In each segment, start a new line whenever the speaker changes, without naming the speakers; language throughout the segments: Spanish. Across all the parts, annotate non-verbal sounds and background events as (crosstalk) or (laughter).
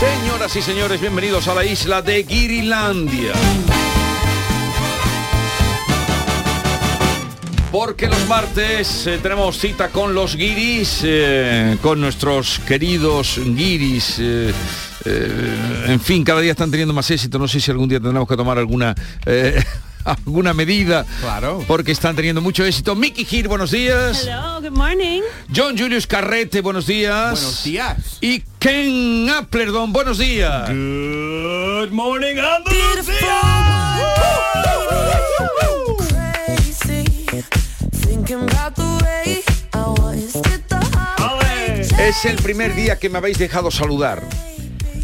Señoras y señores, bienvenidos a la isla de Girilandia. Porque los martes eh, tenemos cita con los guiris, eh, con nuestros queridos guiris. eh, eh, en fin, cada día están teniendo más éxito. No sé si algún día tendremos que tomar alguna... eh, (laughs) alguna medida claro porque están teniendo mucho éxito Mickey Gir buenos días
Hello, good morning.
John Julius Carrete, buenos días.
Buenos
días. Y Ken Applerdon, buenos días.
Good morning,
Es el primer día que me habéis dejado saludar.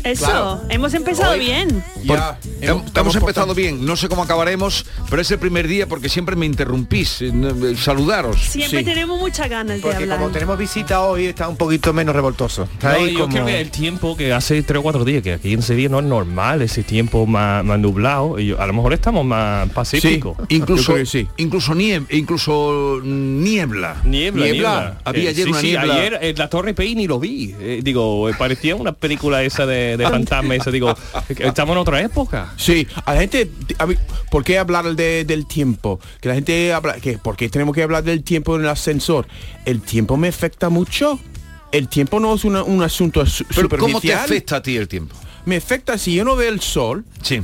Eso,
Claro.
hemos empezado
Hoy-
bien.
Por- hemos, hemos empezado bien, no sé cómo acabaremos, pero es el primer día porque siempre me interrumpís, eh, no, eh, saludaros.
Siempre tenemos muchas ganas de
Porque
hablar.
como tenemos visita hoy está un poquito menos revoltoso. Está ahí
yo
como-
creo que el tiempo que hace 3 o 4 días, que aquí en Sevilla no es normal, ese tiempo más, más nublado, y yo- a lo mejor estamos más pacíficos.
incluso, incluso, nie- incluso niebla.
Niebla, niebla.
Había
Eh,
ayer
sí,
una
sí,
niebla.
ayer en la Torre Pei ni lo vi. Eh, digo, eh, parecía una película esa de, de fantasma, esa, digo, eh, estamos en otra época.
Sí, a la gente, a mí, ¿por qué hablar de- del tiempo? Que la gente habla, que ¿por qué tenemos que hablar del tiempo en el ascensor? El tiempo me afecta mucho. El tiempo no es una- un asunto su-
Pero
superficial.
¿cómo te afecta a ti el tiempo?
Me afecta si yo no veo el sol.
Sí.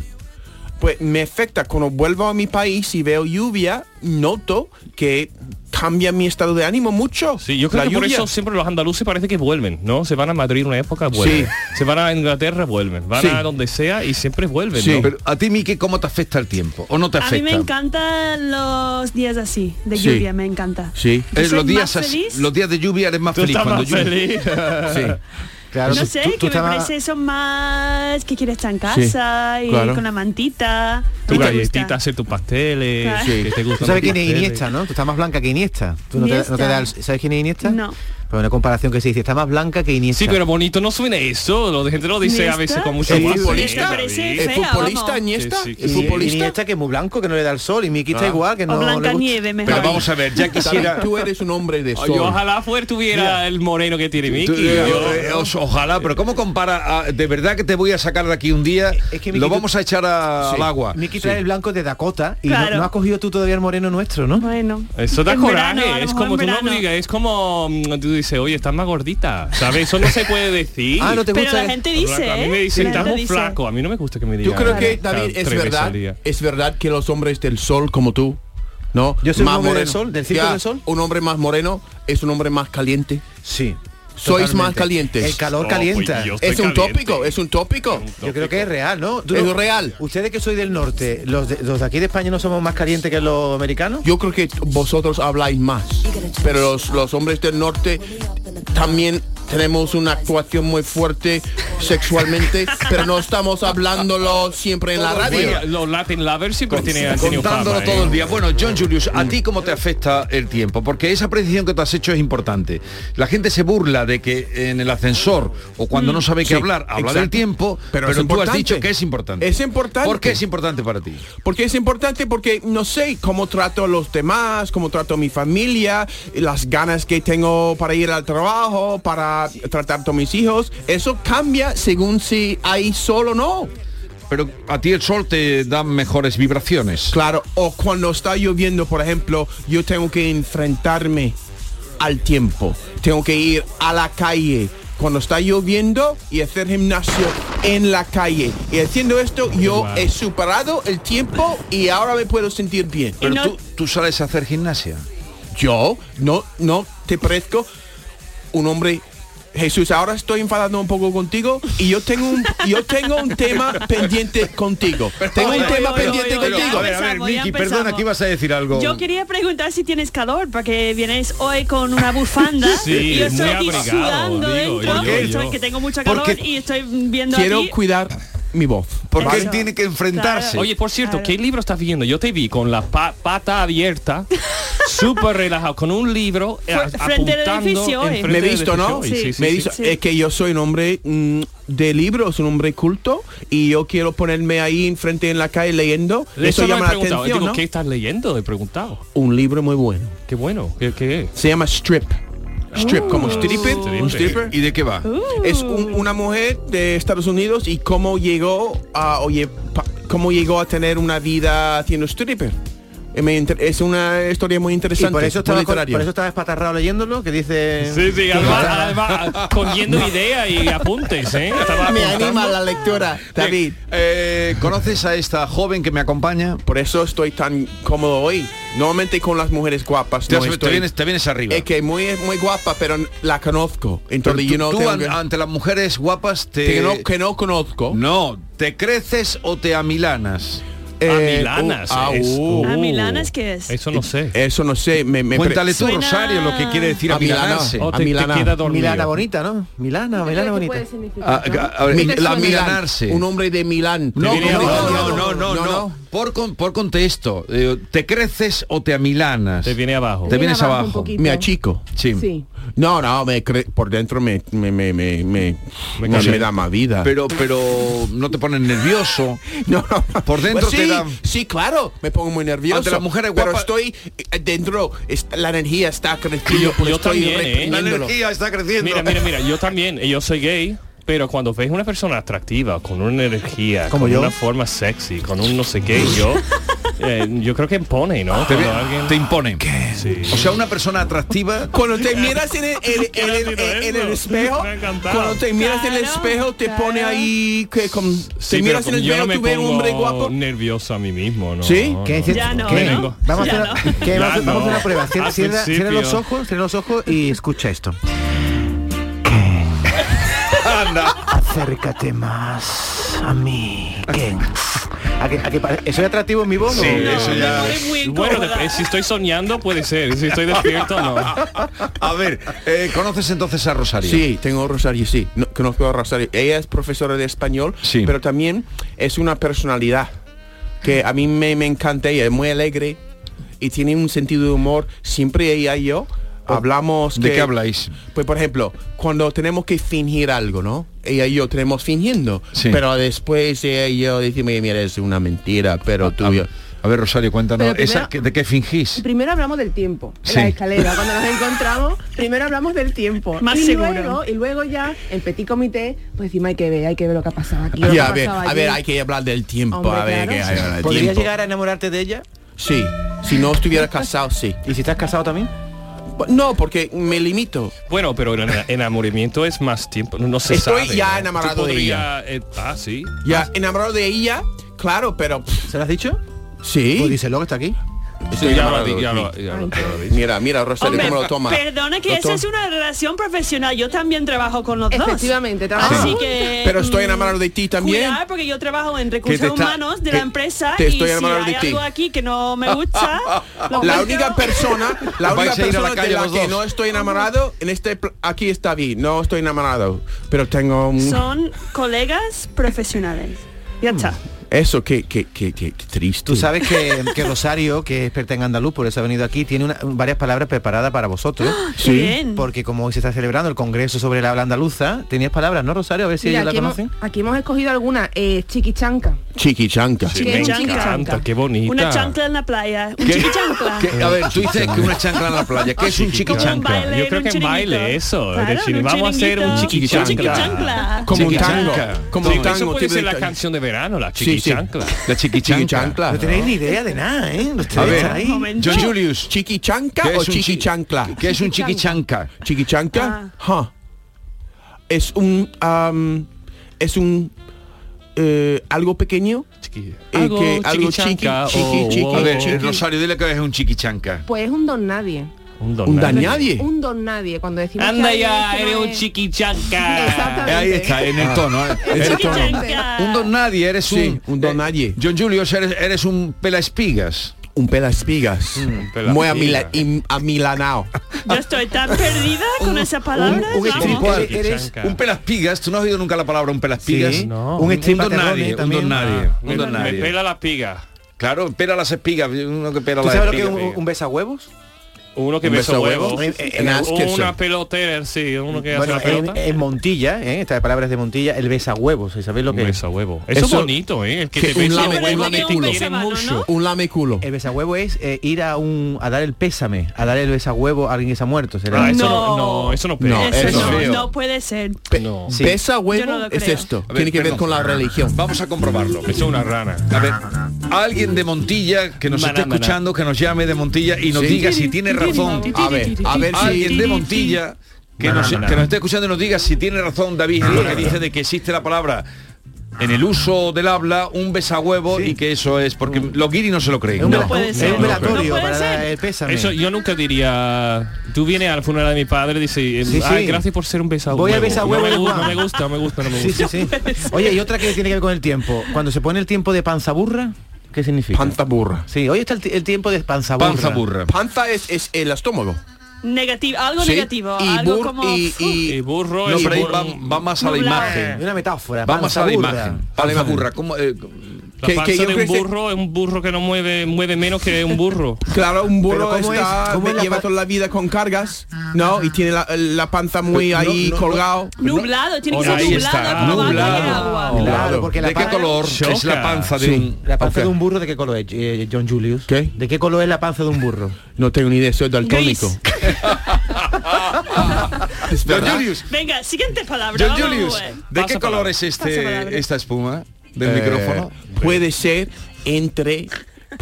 Pues me afecta cuando vuelvo a mi país y veo lluvia, noto que cambia mi estado de ánimo mucho.
Sí, yo creo
La
que por
lluvia.
eso siempre los andaluces parece que vuelven, ¿no? Se van a Madrid una época, vuelven.
Sí.
Se van a Inglaterra, vuelven. Van
Sí.
a donde sea y siempre vuelven, ¿no?
Pero a ti, Miki, ¿cómo te afecta el tiempo? ¿O no te
A mí
afecta?
me encantan los días así, de
Sí.
lluvia, me encanta.
Sí,
Yo
Eh,
soy
los días
más
así-
feliz.
los días de lluvia eres más
Tú
feliz
estás
cuando
más
llueve.
feliz.
(laughs) sí.
Claro,
no sé,
tú- tú
que me
estabas-
parece eso más que quieres estar en
Sí,
casa y
claro.
con la mantita.
Tu
¿No te
galletita, hacer tus pasteles.
Claro.
que te
Tú
gustan
sabes
los
quién es
pasteles.
Iniesta, ¿no? Tú estás más blanca que Iniesta. Tú no te- no te
Iniesta.
da el- ¿Sabes quién es Iniesta?
No.
Pues una comparación que se dice, está más blanca que Iniesta.
Sí, pero bonito no suena eso. La gente lo dice a veces con mucho
Sí,
más.
futbolista.
¿Es futbolista, Iniesta? ¿Es futbolista?
Iniesta que es muy blanco, que no le da el sol. Y Miki está
Ah.
igual, que
O
no le gusta.
Blancanieve, mejor.
Pero vamos a
(laughs)
ver, ya quisiera...
David, Tú eres un hombre de
Ay,
sol.
ojalá fuera tuviera el moreno que tiene Miki.
Tú, eh,
Yo-
eh, os- ojalá, pero ¿cómo compara? a- de verdad que te voy a sacar de aquí un día,
Eh, que Miki,
lo
tú-
vamos a echar a-
Sí.
al agua.
Miki trae
Sí.
el blanco de Dakota y
Claro.
no, no ha cogido tú todavía el moreno nuestro, ¿no?
Bueno.
Eso da
En
coraje,
verano, a lo
es
mejor
como
en
tú no
verano.
digas, es como mm, tú dices, oye, estás más gordita, ¿sabes? Eso no se puede decir.
Ah, no te
Pero
gusta.
la gente dice,
A mí me
¿eh?
dicen,
La
estás
gente
muy
dice.
flaco, a mí no me gusta que me digan.
Yo creo que
claro,
David
tres
es
veces
verdad,
al día.
es verdad que los hombres del sol como tú, ¿no?
Yo soy un
Más
hombre del
moreno.
sol, del circo
Ya,
del sol.
Un hombre más moreno es un hombre más caliente.
Sí.
Sois
totalmente.
más calientes.
El calor
Oh,
calienta.
pues yo estoy
es un
caliente.
tópico, es un tópico.
Yo creo que es real, ¿no? Tú
Es
no-
real.
Ustedes que soy del norte, los de, los de aquí de España no somos más calientes que los americanos.
Yo creo que vosotros habláis más, pero los, los hombres del norte también tenemos una actuación muy fuerte sexualmente, pero no estamos hablándolo siempre en la radio.
Bueno, los Latin lovers siempre tienen, han tenido
Contándolo
fama, Mm. ¿eh?
todo el día. Bueno, John Julius, ¿a ti cómo te afecta el tiempo? Porque esa precisión que tú has hecho es importante. La gente se burla de que en el ascensor o cuando
Mm.
no sabe qué
Sí,
hablar, habla
exacto.
del tiempo, pero,
Pero es
tú has
importante.
dicho que es importante.
Es importante.
¿Por qué es importante para ti?
Porque es importante porque no sé cómo trato a los demás, cómo trato a mi familia, las ganas que tengo para ir al trabajo, para tratar con mis hijos. Eso cambia según si hay sol o no.
Pero a ti el sol te da mejores vibraciones.
Claro, o cuando está lloviendo, por ejemplo, yo tengo que enfrentarme al tiempo. Tengo que ir a la calle cuando está lloviendo y hacer gimnasio en la calle. Y haciendo esto, yo
guay.
he superado el tiempo y ahora me puedo sentir bien.
Pero
no-
tú, tú sales a hacer gimnasia.
Yo no, no te parezco un hombre. Jesús, ahora estoy enfadando un poco contigo y yo tengo un, yo tengo un tema pendiente contigo. Tengo un
Oye,
tema
oye,
pendiente
oye, oye,
contigo.
a ver, a ver,
empezamos, ya
Miki, perdona,
empezamos.
aquí vas a decir algo.
Yo quería preguntar si tienes calor, porque vienes hoy con una bufanda
Sí,
y yo
muy
estoy aquí
abrigado,
sudando
digo,
dentro,
yo,
que
yo.
estoy- que tengo mucha calor
Porque
y estoy viendo
Quiero
aquí.
cuidar mi voz.
Porque
¿vale?
él tiene que enfrentarse.
Oye, por cierto,
Claro.
¿qué libro estás viendo? Yo te vi con la pa- pata
(laughs)
abierta, súper relajado, con un libro eh,
Fue- frente al
apuntando
edificio hoy.
enfrente
eh. Me he
del
visto, ¿no?
edificio hoy. Sí, sí,
Me he
sí.
visto-
sí.
Es que yo soy un hombre mm, de libros, un hombre culto, y yo quiero ponerme ahí enfrente en la calle leyendo. Eso,
Eso no he
llama la
preguntado. eh,
atención,
Digo,
¿no?
¿qué estás leyendo? He preguntado.
Un libro muy bueno.
Qué bueno. ¿Qué, qué es?
Se llama Strip. Strip, como stripper,
Stripper.
un stripper.
¿Y de qué va?
es un- una mujer de Estados Unidos y cómo llegó a oye, pa- cómo llegó a tener una vida haciendo stripper. Eh, me inter- Es una historia muy
Y
interesante.
por eso,
muy
estaba, con-
literaria.
por eso estaba espatarrado leyéndolo, que dice...
Sí, sí, además, además, cogiendo ideas y apuntes,
(laughs)
¿eh? Estaba
me
apuntando.
anima la lectura, David.
Bien, eh, ¿Conoces a esta joven que me acompaña?
Por eso estoy tan cómodo hoy. Normalmente con las mujeres guapas.
Te,
no
has- te
estoy-
vienes, te vienes arriba.
Es que muy muy guapa, pero la conozco.
Pero
Entonces
tú,
yo no
tú
tengo
an-
que,
ante las mujeres guapas te...
que no, que no conozco.
No, te creces o te amilanas.
a
Eh,
Milanas.
uh, ah,
es.
uh.
Oh.
¿A Milanas qué es?
Eso no sé.
Eso no sé. Me, me pre-
Cuéntale tú,
Suena-
Rosario, lo que quiere decir
A Milana.
amilanarse.
O
a
te, te
Milana.
queda dormido.
Milana bonita, ¿no? Milana, Milana bonita.
Ah, ah, a ver,
Mi-
la
Milán,
amilanarse.
Un hombre de Milán.
No,
Te viene
no,
a-
no, no, no, no, no. Por, con- por contexto, eh, ¿te creces o te amilanas?
Te viene abajo.
Te vienes
abajo un
abajo.
poquito.
Me achico.
Sí.
No, no, me cre- por dentro me, me, me, me, me,
Me
no
cae.
me da más vida.
Pero, pero no te pones nervioso.
(laughs) no, no.
Por dentro
Pues sí,
te dan-
Sí, claro, me pongo muy nervioso.
Ante las mujeres
pero
guapas-
estoy eh, dentro, est- la energía está creciendo,
Yo-
pues
yo
estoy
también,
La
¿eh?
reprimiéndolo.
energía está creciendo.
Mira, mira, mira, yo también, eh, yo soy gay, pero cuando ves una persona atractiva, con una energía,
¿Como
con
yo?
una forma sexy, con un no sé qué,
(laughs)
yo eh, yo creo que impone, ¿no?
Te,
Cuando
ve-
alguien-
te impone.
Sí.
O sea, una persona atractiva
Cuando te miras en el,
(laughs)
en- en- en- en- en el
Me ha
espejo,
encantado.
cuando te miras en el
Claro,
espejo, te pone
claro.
ahí que con,
Sí,
te
pero
miras en el
como yo
espejo,
no me
tú ves un
pongo
hombre guapo.
nervioso a mí mismo, ¿no?
¿Sí?
no,
¿Qué?
no.
Cier-
Ya no,
¿qué?
¿no?
Vamos, a hacer
Ya
una,
no.
¿qué?
Ya
Vamos a- vamos a hacer
no.
una prueba. Cier-
Al
Cierra, cierra los
principio.
ojos, cierra los ojos y escucha esto. (laughs)
anda.
Acércate más a mí. ¿Qué? ¿A que, a que pare- ¿Soy atractivo en mi voz?
Sí,
o-
eso ya.
muy
Bueno,
incómoda.
dep- si estoy soñando puede ser,
(laughs)
si estoy despierto no.
A ver, eh, ¿conoces entonces a Rosario?
Sí, tengo a Rosario, sí. No, conozco a Rosario. Ella es profesora de español,
Sí.
pero también es una personalidad que a mí me, me encanta. Ella es muy alegre y tiene un sentido de humor. Siempre ella y yo hablamos...
Oh, ¿De
que-
qué habláis?
Pues, por ejemplo, cuando tenemos que fingir algo, ¿no? Ella y yo tenemos fingiendo.
Sí.
Pero después ella y yo decimos, mira, es una mentira, pero tú...
A,
y yo-
a ver, Rosario, cuéntanos.
Pero primero-
esa que- ¿De qué fingís?
Primero hablamos del tiempo, en
Sí.
la escalera. Cuando nos encontramos, primero hablamos del tiempo.
Más
y
seguro.
Luego, y luego ya, en petit comité, pues decimos, hay que ver, hay que ver lo que ha pasado aquí. lo que
Ya,
ha
a ver,
pasado
a ver,
allí".
hay que hablar del tiempo,
Hombre,
a
claro.
ver, que hay que hablar del
¿Podrías
tiempo.
llegar a enamorarte de ella?
Sí, si no estuviera casado, sí.
¿Y si estás casado también?
No, porque me limito.
Bueno, pero el ena- enamoramiento es más tiempo, no, no se
Estoy
sabe,
ya
¿no?
enamorado
Tú
de
podría- eh, ah, sí.
Ya, enamorado de ella, claro, pero pff,
¿Se lo has dicho? Pues
sí.
díselo que está aquí.
Estoy
Ya lo
enamorado
ha di-
de
ya
ti.
lo- ya lo- ya lo di.
Mira, mira, Rosario,
Hombre,
cómo lo toma.
Perdona que
Lo
esa
toma.
es una relación profesional. Yo también trabajo con los dos.
Efectivamente, trabajamos
Así
juntos.
que.
Ah. Pero
em,
estoy
mm,
enamorado de ti también.
Cuidar porque yo trabajo en recursos
está-
humanos de la
te-
empresa
te estoy
y si
enamorado de
hay
ti.
algo aquí que no me gusta,
(laughs)
lo
La
cuento.
única persona, la
Vais
única
a ir a la
persona
calle
de la
los
que
dos.
no estoy enamorado en este pl- aquí está bien, no estoy enamorado, pero tengo un-
son colegas profesionales. Ya está.
eso que que que, que- que triste.
Tú sabes que, que Rosario, que es experta en andaluz, por eso ha venido aquí, tiene una- varias palabras preparadas para vosotros.
Qué bien.
Porque como hoy se está celebrando el Congreso sobre la habla andaluza, tenías palabras, ¿no, Rosario? A ver si
Mira,
ellos la
aquí, hemos,
conocen.
aquí hemos escogido alguna eh, chiquichanca.
Chiquichanca.
Sí.
Me
Chanca,
encanta,
chanca.
qué bonita.
Una chancla en la playa. Un
¿Qué?
chiquichancla.
¿Qué? A ver, tú dices que una chancla en la playa. ¿Qué es un
Como un
chiquichanca?
baile
Yo
en
creo
un
que en baile,
chiringuito.
eso, de
Claro, en
decir, vamos a hacer un
chiringuito.
chiquichancla.
chiquichancla.
Como un tango,
Chiquichanca.
como
Sí,
un tango.
eso puede
tipo
ser
de-
la canción de verano, la
Sí, sí.
chiquichancla.
La chiquichanca.
Chiquichancla.
No tenéis ni idea de nada, ¿eh? No estáis
ver.
ahí.
Un momento.
John Julius,
Chiquichanca
¿Qué
o
es un chi-
chiquichancla?
¿qué es un chiquichanca?
Chiquichanca, huh. es un am, es un eh, algo pequeño
Chiqui-
eh, que- algo
chiquichanca
chiqui, chiqui,
o-
chiqui,
o-
A ver,
chiqui.
Eh, Rosario, dile que es un chiquichanca.
Pues es un don nadie.
Un
un
don nadie.
dañadie.
Un don nadie. Cuando decimos
Anda
que alguien
ya,
es que
eres
no
un
es-
chiquichanca.
Exactamente.
Ahí está, en el tono. ¿eh? En el tono.
Chiquichancla.
Un don nadie, eres
Sí,
un...
un don nadie.
John Julius, eres, eres un pela espigas.
un
Mm,
pelaspigas.
pelaspigas.
Muy amila- im- amilanao.
Yo estoy tan perdida con esa palabra.
un
vamos.
stripper.
¿Cuál?
Eres-
Un pelas pigas, tú no has oído nunca la palabra un pelas pigas.
Sí,
Un,
no.
un
Un
don
estripaterrone
nadie, un
también.
don nadie,
Ah.
un
Me,
don
me
nadie.
pela las pigas.
Claro, pela las espigas, uno que pela
¿Tú
las
sabes lo
espigas.
que es un,
piga.
un besahuevos?
Uno que
¿Un
besa
besahuevos?
huevos.
En- en Askerson.
una pelotera, sí, uno que
Bueno,
hace la pelota.
en, en Montilla, ¿eh? estas palabras de Montilla, el besahuevos, ¿sabéis lo
Un
que es?
besahuevo. Eso es
Eso-
bonito, ¿eh? El que
que
te
un
besa,
lame-
pero
un
el que te
lameculo.
quiere
Besahuevo,
mucho.
Un lameculo.
El besahuevo es eh, ir a un a dar el pésame, a dar el besahuevo a alguien que se ha muerto. ¿será?
Ah, eso
No.
no, no, eso no pega.
No,
Eso
eso
no,
es feo.
no puede ser.
Pe-
No.
Sí.
Pesa huevo Este,
Yo no lo
es
creo.
esto.
A ver,
Tiene que ver
perdón.
con la religión.
Vamos a comprobarlo.
Eso es una rana.
A ver, alguien de Montilla que nos
Maná,
esté
maná.
escuchando, que nos llame de Montilla y nos
Sí.
diga si tiene razón.
A ver, a ver
Alguien
si
de Montilla que
Maná,
nos,
maná.
que nos esté escuchando y nos diga si tiene razón David en lo que dice de que existe la palabra en el uso del habla un besahuevo y que eso es porque los guiris no se lo creen.
Es un,
No
vela-
puede
es
ser.
un velatorio
No puede
para dar
ser.
el pésame.
Eso yo nunca diría. Tú vienes al funeral de mi padre y dices,
Sí,
em, "Ay,
sí.
gracias por ser un besahuevo.
Voy a besahuevo
No me,
de
gu-
Juan.
no me gusta, no me gusta, no me
Sí,
gusta.
sí, sí. Oye, y otra que tiene que ver con el tiempo. Cuando se pone el tiempo de panza burra, ¿qué significa?
Panza burra.
Sí, hoy está el, ti- el tiempo de panza burra.
Panza burra.
Panza es, es el estómago.
Negativo, algo
¿sí?
negativo.
Y
algo
bur-
como.
y- y-
Y burro,
No,
y
pero ahí
burro-
va, va más a la
Nublado.
imagen.
Es una metáfora.
Va más
panza
a la
burra.
imagen. Panza burra. ¿cómo, eh,
La
que- que
panza
yo
de
creo
un
que se-
burro es un burro que no mueve, mueve menos que un burro.
(laughs) Claro, un burro
Pero ¿cómo
está,
es? ¿Cómo es la
lleva
pa-
toda la vida con cargas, ¿no? Y tiene la, la panza muy
Pero no,
ahí
no, no.
colgado.
Nublado, tiene que
Ahora
ser
ahí
nublado.
está,
como agua en
nublado.
agua.
Claro, porque la
¿De qué
panza-
color es
Choca.
la panza de
Sí.
un
La panza
Ok.
de un burro, ¿de qué color es, eh, John Julius?
¿Qué?
¿De qué color es la panza de un burro?
No tengo ni idea, soy
Gris.
daltónico. Es
Don
verdad.
Julius,
Venga, siguiente palabra.
Don
vamos,
Julius,
eh.
¿de qué color
Pasa palabra.
es
Pasa palabra.
este esta espuma del
Eh,
micrófono?
Puede ser entre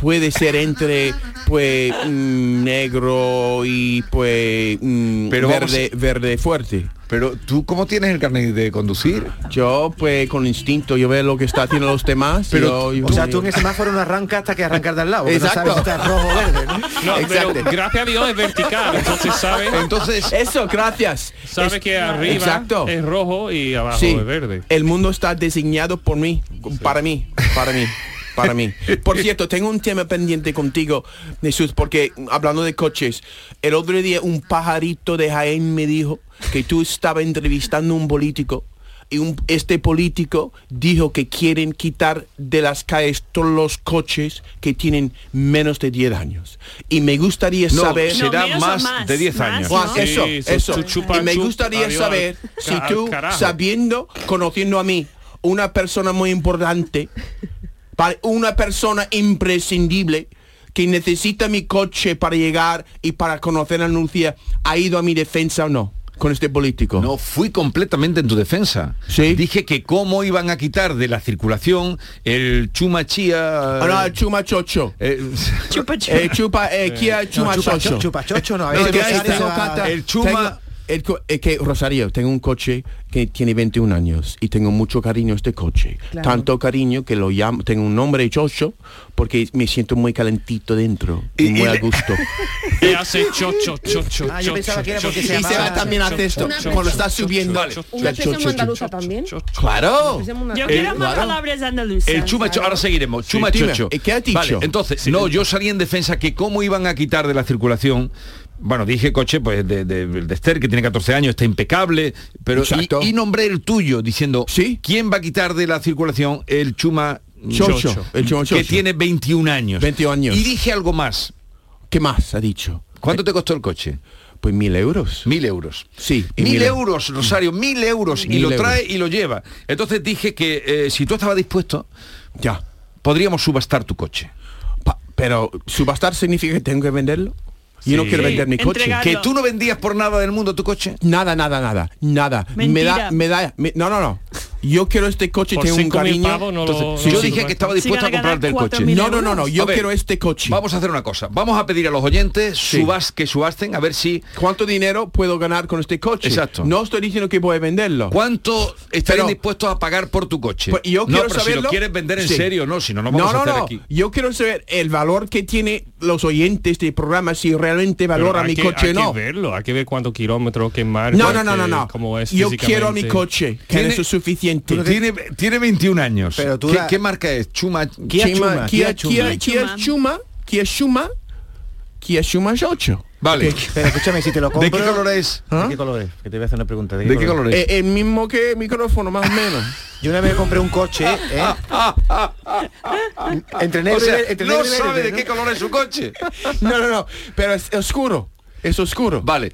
puede ser entre pues mm, negro y pues mm,
Pero vamos-
verde verde fuerte.
Pero tú cómo tienes el carnet de conducir?
Yo pues con instinto yo veo lo que está haciendo los demás.
Pero,
yo- yo-
O sea, tú en el semáforo no arrancas hasta que arrancas de al lado. porque
Exacto.
No sabes si está rojo o verde, ¿no?
(laughs) No, pero
Exacto.
gracias a Dios es vertical, entonces sabe,
Entonces,
Eso, gracias.
sabe que arriba
Exacto.
es rojo y abajo
Sí.
es verde.
El mundo está diseñado por mí, para mí, para mí, para mí. Por cierto, tengo un tema pendiente contigo, Jesús, porque mm, hablando de coches, el otro día un pajarito de Jaén me dijo que tú estabas entrevistando a un político y un- este político dijo que quieren quitar de las calles todos los coches que tienen menos de 10 años. Y me gustaría
No,
saber...
será
menos o
más de 10
más,
años.
¿no?
Juan, eso,
Sí, su-
eso.
su chupa
y me
chup,
gustaría
adiós al-
saber si
ca- al
tú,
carajo.
sabiendo, conociendo a mí, una persona muy importante, para una persona imprescindible que necesita mi coche para llegar y para conocer a Nucia, ha ido a mi defensa o no con este político.
no fui completamente en tu defensa.
Sí.
Dije que cómo iban a quitar de la circulación el chumachía.
Ah, no, el chuma chocho.
eh, (laughs)
Chupa, chupa.
Eh, chupa, eh, Kia chuma
No, chupa
chocho.
cho- chupa chocho, no. A
Es
veces
que
no sale
este-
esa-
el chuma Tengo- el co- es que Rosario, tengo un coche que tiene 21 años y tengo mucho cariño a este coche.
Claro.
Tanto cariño que lo llamo, tengo un nombre de chocho porque me siento muy calentito dentro y,
Y- y
muy a
le-
(laughs)
gusto.
Y hace chocho, chocho,
Ah, yo
chocho,
pensaba que era porque
chocho,
se
y se va
llamaba-
también a esto
Una-
cuando está subiendo.
Vale.
Una
la
expresión
chocho,
andaluza
chocho.
también.
Claro.
Yo
Eh,
quiero más
claro.
palabras andaluzas.
El chumacho, ahora seguiremos. Chumachocho.
dime, ¿eh, qué has dicho?
Vale, entonces, no, yo salí en defensa que cómo iban a quitar de la circulación. Bueno, dije coche, pues de, de, de Esther, que tiene 14 años, está impecable, pero
Exacto.
y, y nombré el tuyo, diciendo,
Sí.
¿quién va a quitar de la circulación el chuma
Chocho, el chuma
que
chocho.
tiene 21 años?
21 años.
Y dije algo más.
¿Qué más ha dicho?
¿Cuánto te costó el coche?
Pues mil euros.
Mil euros.
Sí, y
Mil
mil-
euros, Rosario, mil euros. y
Mil
lo
euros.
trae y lo lleva. Entonces dije que eh, si tú estabas dispuesto,
Ya.
podríamos subastar tu coche.
Pa- pero subastar significa que tengo que venderlo. Yo no
Sí.
quiero vender mi
Sí,
coche.
entregar-
Que tú no vendías por nada del mundo tu coche.
Nada, nada, nada, nada. Me
Mentira.
da, me da, me- no, no, no. Yo quiero este coche,
Por
tengo un
cinco mil
cariño.
pavos no lo-
Entonces,
no
sí,
yo
lo
sí.
dije que estaba
Si
dispuesto a
gana
comprarte el
ganar
coche.
4.000
No, no, no, no, yo
A ver,
quiero este coche.
Vamos a hacer una cosa. Vamos a pedir a los oyentes
Sí.
subas, que subasten, a ver si.
¿Cuánto dinero puedo ganar con este coche?
Exacto.
No estoy diciendo que voy a venderlo.
¿Cuánto estarían
Pero-
dispuestos a pagar por tu coche?
Pues yo
no,
quiero
pero si
saberlo.
lo quieres vender en
Sí.
serio, no, si no, no vamos
no,
a hacer
no.
aquí.
Yo quiero saber el valor que tiene los oyentes del programa si realmente
Pero
valora
hay
mi
que-
coche
hay
o no.
que verlo, hay que ver cuántos kilómetros, qué marca,
No, no, no, no,
qué-
no.
cómo es
yo quiero mi
físicamente.
coche, que
Tiene-
eso es suficiente.
Tiene, tiene 21 años.
Pero tú
¿Qué,
da-
qué marca es? Chuma.
Kia
Chima-
Chuma,
Kia-
Kia Chuma.
Kia- Kia Chuma, Kieshima, Kieshima es 8.
Vale.
Pero escúchame, si te lo compro... ¿Ah?
¿De qué color es?
¿De qué color es? Que te voy a hacer una pregunta.
¿De qué color es?
Eh, el mismo que micrófono, más o (laughs) menos.
Yo una vez compré un coche, ¿eh? entre negro
O
y
sea,
ver- entre
no
negro y verde,
sabe de
¿no?
qué color es su coche.
(laughs) No, no, no. Pero es oscuro. Es oscuro.
Vale.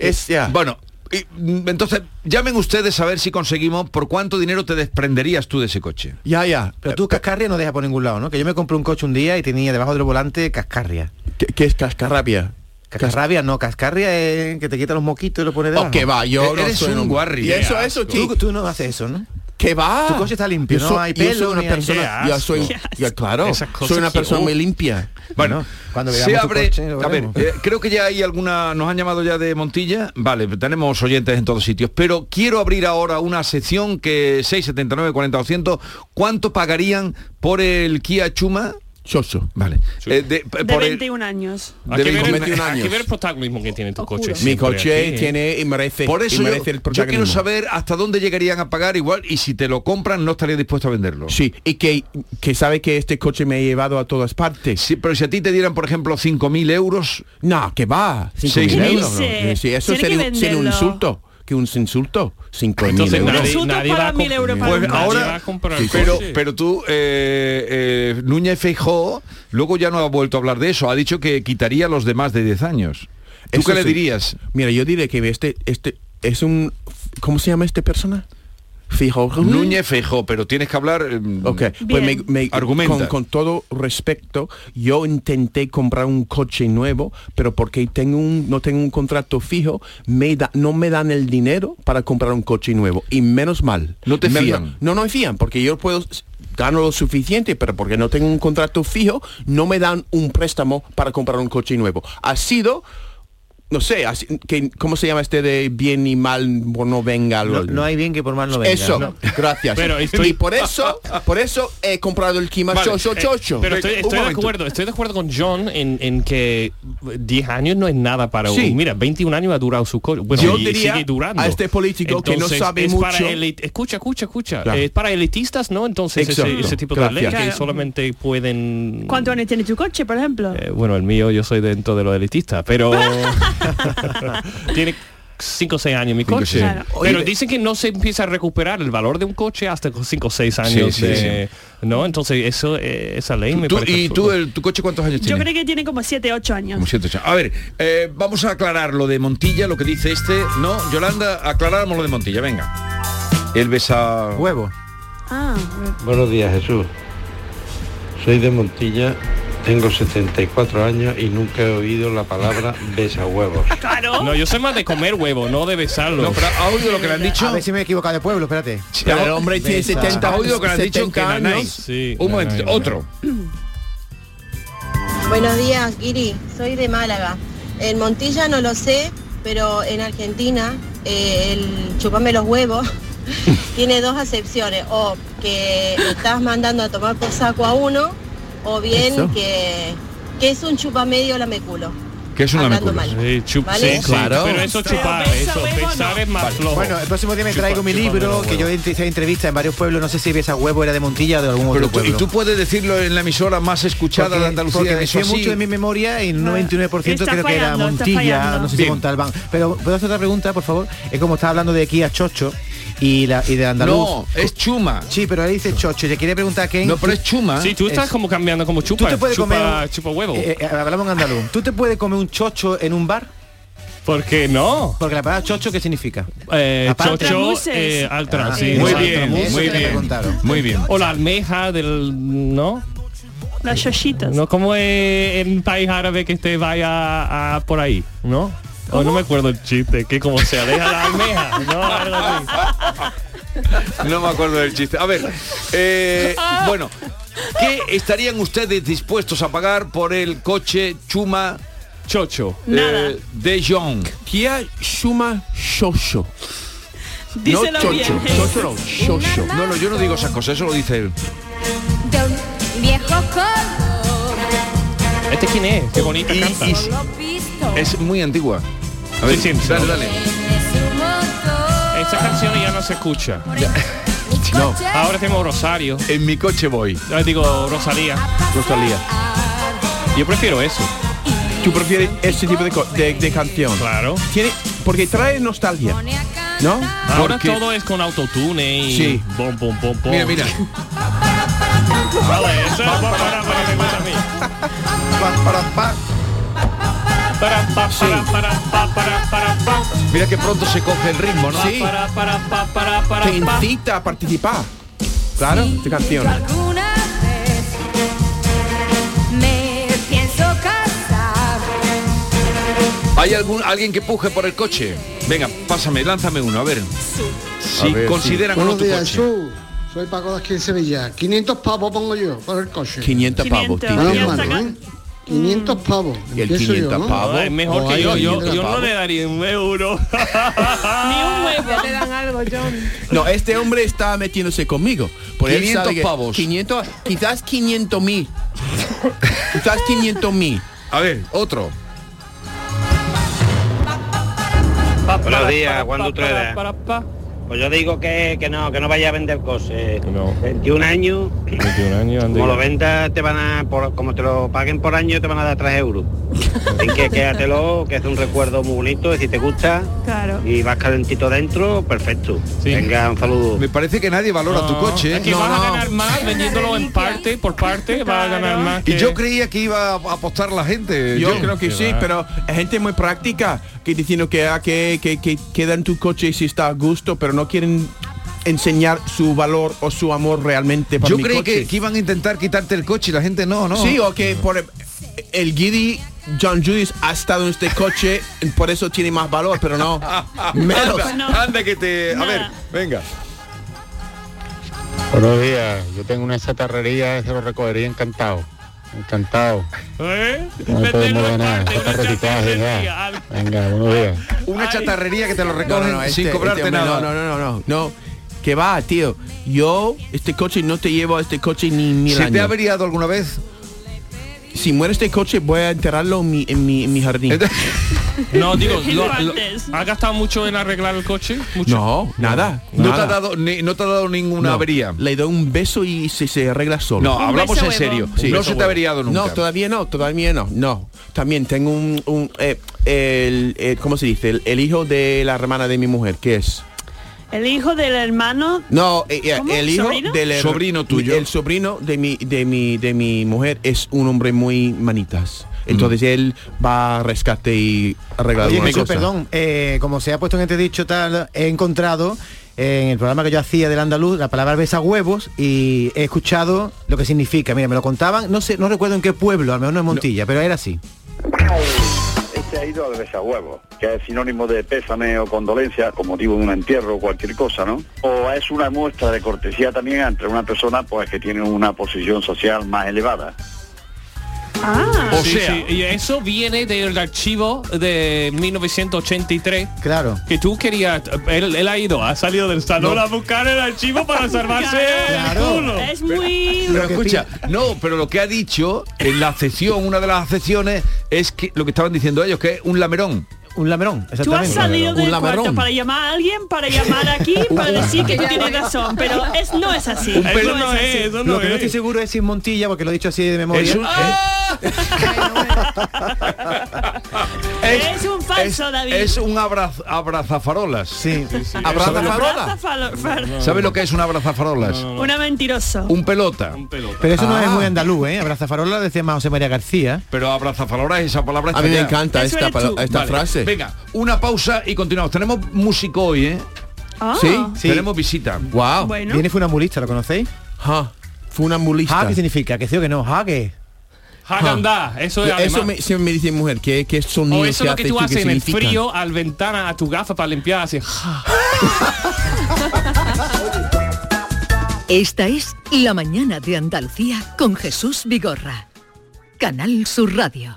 Es ya.
Bueno, y, mm, entonces llamen ustedes a ver si conseguimos por cuánto dinero te desprenderías tú de ese coche.
Ya, ya.
Pero tú cascarria no dejas por ningún lado, ¿no? Que yo me compré un coche un día y tenía debajo del volante cascarria.
¿Qué, qué es cascarrabia?
Cascarrabia no, cascarria es que te quita los mosquitos y lo pones debajo.
Oh, que va, yo
Eh,
E-
no
eres
soy
un guarri,
Y
eh,
eso, eso,
Tú,
chico.
tú no haces eso, ¿no?
Que va.
Tu coche está limpio,
Yo
no
soy-
hay
yo soy
pelo,
una
ni hay-
persona,
Qué
yo soy,
asco.
ya, claro,
Esas cosas
soy una
que-
persona
uh.
muy limpia.
Bueno,
Bueno, cuando
se
veamos tu
abre.
coche, lo
a ver,
veremos.
eh, creo que ya hay alguna. Nos han llamado ya de Montilla. Vale, tenemos oyentes en todos sitios. Pero quiero abrir ahora una sección que 679 40 200. ¿Cuánto pagarían por el Kia Chuma?
Chocho.
Vale. eh, de-
De
por el-
21 años.
Hay que,
Deben
ver el,
cometer un
hay
año.
que ver el protagonismo que tiene tu
Oscuro.
coche.
Mi
siempre
coche
aquí, ¿eh?
tiene y merece,
por eso
y
yo,
merece el
yo
protagonismo.
quiero saber hasta dónde llegarían a pagar igual y si te lo compran no estaría dispuesto a venderlo.
Sí, y que, que sabe que este coche me ha llevado a todas partes.
Sí, pero si a ti te dieran, por ejemplo, 5.000 euros,
No, que va. Cinco
Seis
mil
mil.
euros.
Dice,
Sí, eso
tiene que
sería, un- sería un
venderlo.
insulto. Que un insulto. Cinco mil
Entonces
euros.
nadie,
Nosotros
nadie va a
pagan mil
comp-
euros para
Pues
un coche.
Nadie va
ahora,
a comprar
Sí,
el
pero,
coche.
pero tú, eh, eh, Núñez Feijó, luego ya no ha vuelto a hablar de eso, ha dicho que quitaría a los demás de 10 años. ¿Tú
Eso
qué le
sí.
dirías?
Mira, yo diré que este, este es un... ¿Cómo se llama este persona? Fijo.
Núñez Feijó, pero tienes que hablar... eh,
Ok, pues me,
Bien.
me-
Argumenta.
Con, con todo respeto, yo intenté comprar un coche nuevo, pero porque tengo un, no tengo un contrato fijo, me da, no me dan el dinero para comprar un coche nuevo. Y menos mal.
No te
Menos-
fían.
No, no me fían, porque yo puedo gano lo suficiente, pero porque no tengo un contrato fijo, no me dan un préstamo para comprar un coche nuevo. Ha sido... No sé, así, que, ¿cómo se llama este de bien y mal no venga? algo?
No, no hay bien que por mal no venga.
Eso,
¿no?
gracias.
Pero estoy-
Y
Ah.
por eso, por eso he comprado el Kima
Vale,
Chocho
eh,
Chocho.
Pero estoy,
Un
estoy de
momento.
acuerdo, estoy de acuerdo con John en, en que 10 años no es nada para
Sí.
un. Mira, 21 años ha durado su coche. Bueno,
Yo
y
diría
sigue durando.
a este político que no
Entonces,
sabe
es para
mucho.
elit- escucha, escucha, escucha.
Claro.
Eh, Es para elitistas, ¿no? Entonces ese,
Exacto.
ese tipo de
Gracias.
ley que
Claro.
solamente pueden.
¿Cuántos años tiene tu coche, por ejemplo?
Eh, bueno, el mío yo soy dentro de los elitistas, pero tiene 5 o 6 años mi
Cinco,
coche.
seis.
Claro.
Pero dicen que no se empieza a recuperar el valor de un coche hasta 5 o 6 años.
sí,
de- ¿No? Entonces eso, eh, esa ley me
tú-
parece
¿Y tú,
absurda.
el, tu coche cuántos años
Yo
tiene?
creo que tiene como 7, 8
Como
años.
siete, ocho. A ver, eh, vamos a aclarar lo de Montilla, lo que dice este. No, Yolanda, aclaramos lo de Montilla, venga. Él besa...
Huevo.
Ah,
Buenos días, Jesús. Soy de Montilla, tengo 74 años y nunca he oído la palabra besahuevos.
claro.
No, yo soy más de comer huevo, no de besarlo.
No, pero ha oído lo que le han dicho.
A ver si me he equivocado de pueblo, espérate.
Sí,
Pero
ha-
el hombre tiene
Besa.
70
ha oído lo que le han dicho que
70
nanay.
años.
Sí,
Un
nanay,
momento,
nanay.
otro.
Buenos días, Kiri. Soy de Málaga. En Montilla no lo sé, pero en Argentina eh, el chupame los huevos tiene dos acepciones. O que estás mandando a tomar por saco a uno, o
Eso.
bien que, que es un chupamedio lameculo.
Que es un
Hablando
lameculo.
mal.
Sí, chup-
¿Vale?
sí, sí,
Claro.
Pero eso es
Pero
chupar,
besa
eso
huevo,
besar
no.
es más flojo.
Bueno, el próximo día me traigo mi libro, que yo hice entrevista en varios pueblos, no sé si Besa Huevo era de Montilla o de algún
Pero
otro
tú- y
pueblo.
tú puedes decirlo en la emisora más escuchada de Andalucía.
porque
eso
decía
sí.
mucho de mi memoria y el 99% creo
Está
que era
fallando, está
Montilla,
fallando.
no sé si
Bien.
Montalbán. Pero puedo hacer otra pregunta, por favor. Es como estaba hablando de Kia Chocho y, la, y de Andaluz.
No, es chuma.
Sí, pero ahí dice Chocho. y Le quería preguntar a Ken.
No, pero es chuma.
Sí, tú estás
es-
como cambiando como
¿Tú
chupa,
te puedes
chupa,
comer un,
chupa huevo.
Eh, eh, hablamos en andaluz. ¿Tú te puedes comer un chocho en un bar?
¿Por qué no?
Porque la palabra chocho, ¿qué significa?
Eh,
Aparte-
chocho,
Altramuses.
eh, altra,
Ah,
sí.
eso,
muy
altra
bien,
música.
eso
muy
que me
bien.
preguntaron.
Muy bien.
O la almeja del... ¿No?
Las xoxitas.
¿No? ¿Cómo es en país árabe que este vaya a, por ahí? ¿No? O no me acuerdo el chiste, que como se aleja la almeja, ¿no? Algo así.
No me acuerdo del chiste. A ver, eh, bueno, ¿qué estarían ustedes dispuestos a pagar por el coche chuma
Chocho.
Nada.
eh, de Jong?
Kia Shuma Shosho.
Díselo
no
bien.
Chocho. Chocho
(laughs)
no, Shosho.
No, no, yo no digo esas cosas, eso lo dice él.
de un viejo cordón
¿Este quién es? Qué bonita
Y-
canta.
y-
lo visto
Es muy antigua. A ver,
Sí, sí, sí.
dale, dale.
tiene su motor.
Esta canción ya no se escucha.
Mi
No,
coche
Ahora tenemos Rosario.
En mi coche voy.
Ah, Digo, Rosalía.
a pasear.
Rosalía.
Yo prefiero eso.
¿Tú prefieres este tipo de, co- de- de canción? Claro. Tiene, porque trae nostalgia. ¿No?
Ahora
Porque-
Ah, todo es con autotune y
Sí.
bom, bom, bom, bom.
Mira, mira.
Vale, eso es para, para, para que me gusta a mí. Para, pa, para, para, pa, para, para, pa.
Mira que pronto se coge el ritmo, ¿no?
Sí.
Para, para, pa, para, para,
Te
pa.
incita a participar. Claro, esta canción.
Alguna vez me pienso casar.
¿Hay algún, alguien que puje por el coche? Venga, pásame, lánzame uno, a ver. Si
A ver, sí.
consideran o no
Buenos
tu
días,
coche.
Jesús. Soy Paco de aquí en Sevilla. 500 pavos pongo yo por el coche.
500 pavos, 500, tío.
Bueno,
tío.
hermano, ¿eh? 500 pavos.
Y el
Empiezo
500
¿no?
pavos.
Ah, Es mejor
O
que
hay
yo, yo,
500
yo no
pavos.
le daría un euro.
Ya te dan algo, John.
No, este hombre está metiéndose conmigo. Por él
500
sabe que
pavos.
500, quizás 500 mil. quizás 500 mil.
A ver, otro.
Buenos días, Juan Utrera.
Para, pa.
Pues yo digo que, que no, que no vaya a vender coches.
No.
21 años,
21 años, ande
como lo
ya.
vendas, te van a, por- como te lo paguen por año, te van a dar 3 euros. Así que quédatelo, que es un recuerdo muy bonito, y si te gusta
Claro.
y vas calentito dentro, perfecto. Venga, un saludo.
Me parece que nadie valora tu coche. ¿eh?
Aquí vas a ganar más vendiéndolo en parte, por parte, vas a ganar más.
Y
que-
yo creía que iba a apostar la gente.
Yo
John.
creo que sí, pero hay gente muy práctica que diciendo que, ah, que, que, que queda en tu coche si está a gusto, pero no quieren enseñar su valor o su amor realmente para
Yo
mi
creí que,
coche.
que iban a intentar quitarte el coche y la gente no, no.
Sí, o que por el, el Giddy John Julius ha estado en este coche, y por eso tiene más valor, pero
(laughs)
no. menos.
Anda, anda que te. A ver, venga.
Buenos días, yo tengo una chatarrería, se lo recogería encantado. Encantado.
¿Eh?
No podemos ver nada, esto es reciclaje ya. Venga, buenos días.
Una chatarrería que te lo
No,
recogen
no, no, este-
sin
este
cobrarte
hombre,
nada.
No, no, no, no, no. no. Que va, tío. Yo, este coche no te llevo a este coche ni mil
¿Se te ha
años.
averiado alguna vez?
Si muere este coche, voy a enterrarlo en mi, en mi, en mi jardín. (laughs)
(laughs)
No, digo, lo- lo- ¿has gastado mucho en arreglar el coche? Mucho.
no, nada.
No te
nada.
ha dado, ni- no te ha dado ninguna
No.
avería.
Le doy un beso y se, se arregla solo.
No, Un hablamos beso en huevo. serio. No se te
beso
ha
huevo.
averiado nunca.
No, todavía no, todavía no. No. También tengo un, un, eh, el, eh, ¿cómo se dice? El, el hijo de la hermana de mi mujer, ¿qué es?
El hijo del hermano.
No, eh, eh,
¿Cómo?
el hijo
¿Sobrino?
del her-
Sobrino tuyo.
El sobrino de mi, de mi, de mi mujer es un hombre muy manitas. Entonces él va a rescate y arregla
Oye,
alguna
Jesús,
cosa.
perdón, eh, como se ha puesto en este dicho tal, he encontrado eh, en el programa que yo hacía del andaluz la palabra besahuevos y he escuchado lo que significa. Mira, me lo contaban, no sé, no recuerdo en qué pueblo, al menos no en Montilla, pero era así.
Este ha ido al besahuevo, que es sinónimo de pésame o condolencia con motivo de un entierro o cualquier cosa, ¿no? O es una muestra de cortesía también entre una persona pues que tiene una posición social más elevada.
O sea, y eso viene del archivo de 1983.
Claro.
Que tú querías, él, él ha ido, ha salido del salón a buscar el archivo para salvarse el culo.
Es muy...
Pero escucha, no, pero lo que ha dicho en la cesión, una de las cesiones, es que lo que estaban diciendo ellos, que es un lamerón.
Un lamerón,
Tú has salido del cuarto para llamar a alguien, para llamar
(laughs)
aquí, para decir que tú tienes razón, pero es, no es así.
Un perro
no es así.
lo que no estoy seguro es si en Montilla, porque lo he dicho así de memoria.
Es un-
Es un falso, David.
Es un abraz- abrazafarolas.
Sí.
(laughs) ¿Abrazafarolas?
Abraza falo- fal-
¿Sabes lo que es un abrazafarolas?
Una mentirosa.
Un pelota.
Pero eso no es muy andaluz, ¿eh? Abrazafarola decía más José María García.
Pero abrazafarolas, esa palabra
A mí me
ya.
encanta Eso esta eres pala- tú. esta frase.
Venga, una pausa y continuamos. Tenemos músico hoy, ¿eh?
Ah.
Tenemos visita.
Wow.
Bueno.
Viene funambulista, ¿lo conocéis?
Ja. Funambulista.
Ja, ¿qué significa? Que sí o que no. Ja, que.
Hagandá, eso es
eso
alemán.
me, siempre me dice mi mujer, ¿qué, qué sonido
o eso es lo que tú haces en el
significan?
frío al ventana a tu gafa para limpiar así.
Esta es La mañana de Andalucía con Jesús Vigorra. Canal Sur Radio.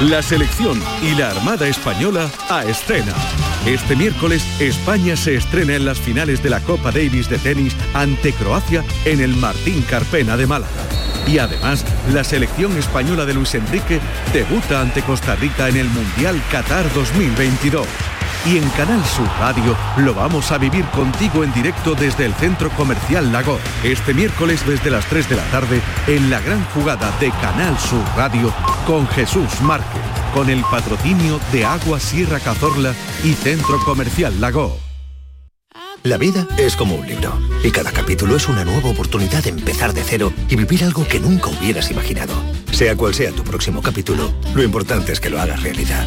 La selección y la Armada Española a escena. Este miércoles, España se estrena en las finales de la Copa Davis de tenis ante Croacia en el Martín Carpena de Málaga. Y además, la selección española de Luis Enrique debuta ante Costa Rica en el Mundial Qatar 2022. Y en Canal Sur Radio lo vamos a vivir contigo en directo desde el Centro Comercial Lago. Este miércoles desde las 3 de la tarde en la gran jugada de Canal Sur Radio con Jesús Márquez, con el patrocinio de Agua Sierra Cazorla y Centro Comercial Lago.
La vida es como un libro y cada capítulo es una nueva oportunidad de empezar de cero y vivir algo que nunca hubieras imaginado. Sea cual sea tu próximo capítulo, lo importante es que lo hagas realidad.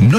¿No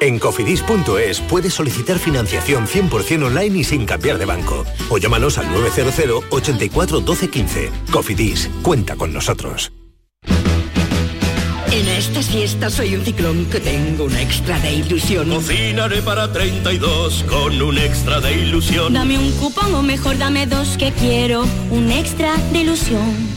En cofidis.es puedes solicitar financiación 100% online y sin cambiar de banco. O llámanos al 900 84 12 15. Cofidis, cuenta con nosotros.
En estas fiestas soy un ciclón que tengo una extra de ilusión.
Cocinaré para 32 con un extra de ilusión.
Dame un cupón o mejor dame dos que quiero un extra de ilusión.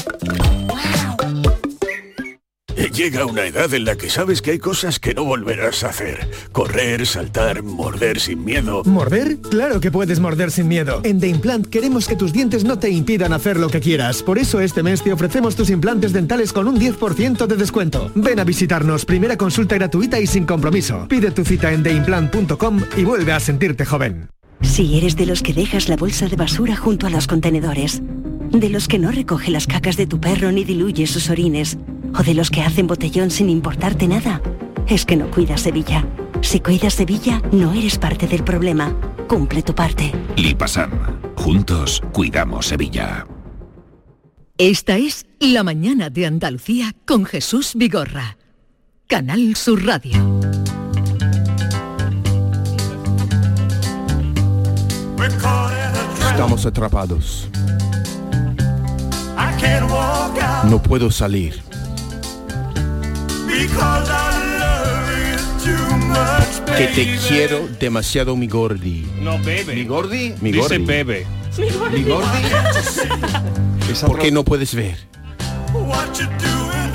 Llega una edad en la que sabes que hay cosas que no volverás a hacer. Correr, saltar, morder sin miedo.
¿Morder? Claro que puedes morder sin miedo. En The Implant queremos que tus dientes no te impidan hacer lo que quieras. Por eso este mes te ofrecemos tus implantes dentales con un 10% de descuento. Ven a visitarnos, primera consulta gratuita y sin compromiso. Pide tu cita en theimplant.com y vuelve a sentirte joven.
Si eres de los que dejas la bolsa de basura junto a los contenedores, de los que no recoge las cacas de tu perro ni diluye sus orines, o de los que hacen botellón sin importarte nada, es que no cuidas Sevilla. Si cuidas Sevilla, no eres parte del problema. Cumple tu parte.
Lipasam. Juntos cuidamos Sevilla.
Esta es La mañana de Andalucía con Jesús Vigorra. Canal Sur Radio.
Estamos atrapados.
I can't walk out
No puedo salir.
because I love you too much,
Que
baby.
te quiero demasiado, mi gordi.
No, bebe.
¿Mi gordi? Mi
Dice
gordi.
bebe.
Mi ¿Por qué no puedes ver?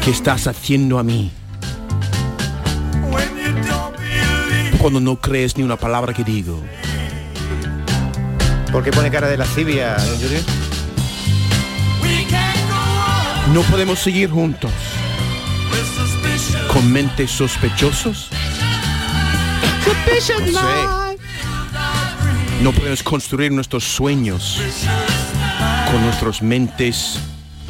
¿Qué estás haciendo a mí? Cuando no crees ni una palabra que digo.
¿Por qué pone cara de lascivia? don Julio?
No podemos seguir juntos. Con mentes sospechosos.
Suspicious mind.
No podemos construir nuestros sueños con nuestras mentes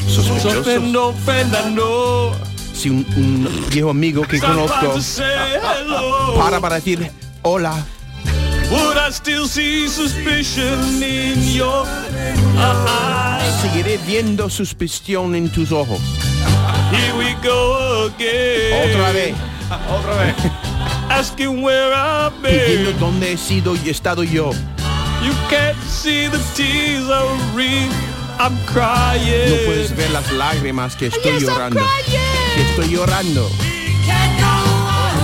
Sospe-
sospechosas.
No ofenda, no.
Si un, un viejo amigo que conozco Ah,
Sometimes I say hello.
para para decir hola,
Would I still see suspicion in your eyes?
Seguiré viendo suspicion en tus ojos.
Here we go again.
Otra vez.
Otra vez. Asking where I've
Pidiendo
been.
dónde he sido y he estado yo.
You can't see the tears I read. I'm
No
crying.
puedes ver las lágrimas que estoy llorando. Que estoy llorando.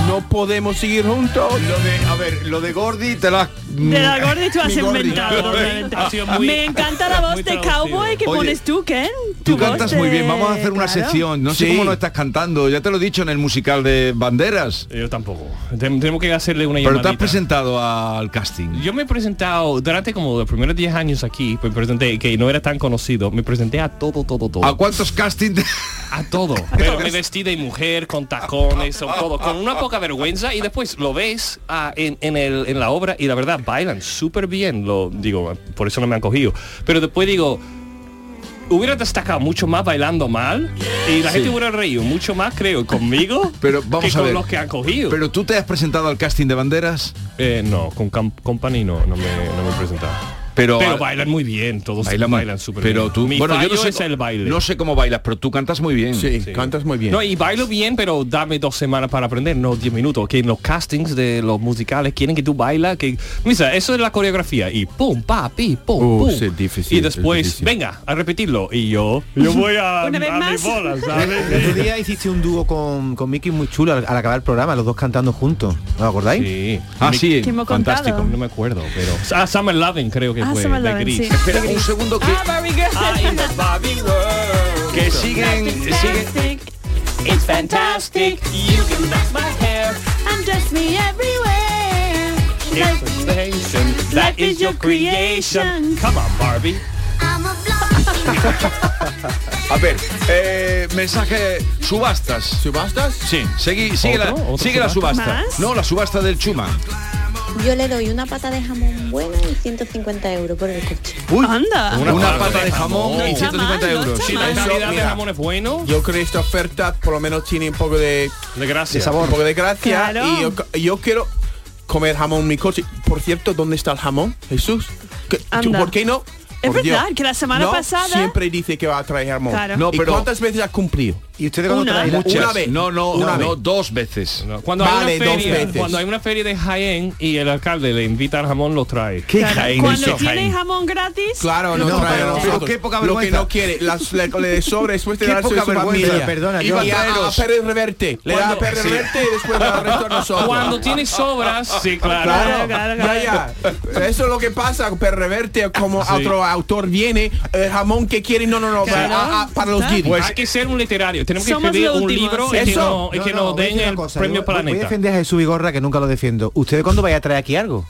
No podemos seguir juntos.
Lo de, a ver, lo de Gordy te la...
De la Gordy tú has
Mi Gordy.
inventado.
(laughs)
obviamente.
Ha sido muy-
Me encanta la voz
muy
de
traducido.
cowboy que
Oye,
pones tú, Ken.
Tú
Tu voz
cantas
de-
muy bien, vamos a hacer una
claro.
sección. No
Sí.
sé cómo no estás cantando, ya te lo he dicho en el musical de Banderas.
Yo tampoco. Tem- Tenemos que hacerle una
Pero te has
llamadita.
presentado al casting.
Yo me he presentado durante como los primeros 10 años aquí, pues me presenté que no era tan conocido, me presenté a todo, todo, todo.
¿A cuántos castings?
A
(laughs)
todo. Pero me vestí de mujer, con tacones, o todo, con una poca vergüenza y después lo ves ah, en, en el- en la obra y la verdad bailan súper bien, lo digo, por eso no me han cogido. Pero después digo, hubiera destacado mucho más bailando mal y la
Sí.
gente hubiera reído mucho más, creo, conmigo
Pero vamos
que
a
con
ver.
los que han cogido. Eh,
Pero tú te has presentado al casting de Banderas?
no, con Company no, no me, no me he presentado.
Pero,
Pero bailan muy bien, todos bailan,
muy-
súper bien.
Pero tú,
Mi
bueno, yo no
fallo
sé,
es el baile.
no sé cómo bailas, pero tú cantas muy bien.
Sí, Sí.
cantas muy
No, y bailo bien, pero dame dos semanas para aprender, no 10 minutos. Que en los castings de los musicales quieren que tú bailas, que... Mira, eso es la coreografía. Y pum, pa, pi, pum,
Uh,
pum.
sí, es difícil,
y después,
es difícil.
venga, a repetirlo. Y yo, yo voy a...
Una vez
a
más.
mis bolas,
(laughs)
¿sabes?
El otro día hiciste un dúo con, con Mickey muy chulo al, al acabar el programa, los dos cantando juntos. ¿Os acordáis?
Sí.
Ah, sí,
¿Quién me ha contado?
fantástico.
No me acuerdo, pero... Ah, Summer Loving creo que
Ah,
fue,
Summer
Pues, de
Loving,
Gris.
sí.
Espera un segundo que...
Ah, Barbie Girl. (laughs)
Que siguen, siguen...
It's fantastic. You can touch my hair. And dress me everywhere. Like
That is your creation. Come on, Barbie.
A ver, eh, mensaje subastas.
¿Subastas?
Sí. Segui- sigue la,
¿Otro? ¿Otro
sigue la
subasta?
subasta.
¿Más?
No, la subasta del Chuma.
Yo le doy una pata de jamón buena y 150 euros por el coche.
Anda.
Una, pata de jamón
No
y
está
150
mal, no
euros.
está
Sí,
mal.
eso,
Navidad de
mira,
jamón
es bueno.
Yo creo que esta oferta por lo menos tiene un poco de,
gracia.
de sabor. Un poco de gracia.
Claro.
Y yo, yo quiero comer jamón en mi coche. Por cierto, ¿dónde está el jamón, Jesús? ¿Qué- tú,
Anda.
¿Por qué no?
Es
Por
verdad, que la semana
No
pasada-
Siempre dice que va a traer jamón.
Claro.
No,
¿Y
pero-
cuántas veces ha cumplido?
¿Y ustedes
cuándo Una. traen la-
Muchas.
Una vez.
No, no,
Una
no,
vez.
dos veces.
Cuando,
Vale,
hay una
dos
feria,
veces.
cuando hay una feria de Jaén y el alcalde le invita al jamón, lo trae. ¿Qué
Claro, Cuando tienes jamón gratis.
Claro, no, trae a nosotros. Lo que no quiere, las, le, le sobra después de
Qué
darse
poca
a su
vergüenza,
familia.
perdona,
y
yo-
va a, a
Traeros.
Pérez Reverte. Le da a
Cuando-
Pérez
sí.
Reverte y después le da el resto a nosotros.
Cuando tienes sobras, sí, claro.
Claro, Ya, ya. Eso es lo que pasa, per reverte, como
Sí.
otro autor viene, el jamón que quiere, no, no, no, para,
Claro.
ah, ah, para los guiris.
Pues, hay que ser un literario. Tenemos que
Somos
escribir
los
un
últimos.
libro y que,
Eso.
no, y
No,
que
no,
nos
voy a
den
decir una
el
cosa,
premio
yo voy- voy a
Voy a
planeta.
defender a Jesús Vigorra, que nunca lo defiendo. ¿Ustedes cuándo vais a traer aquí algo?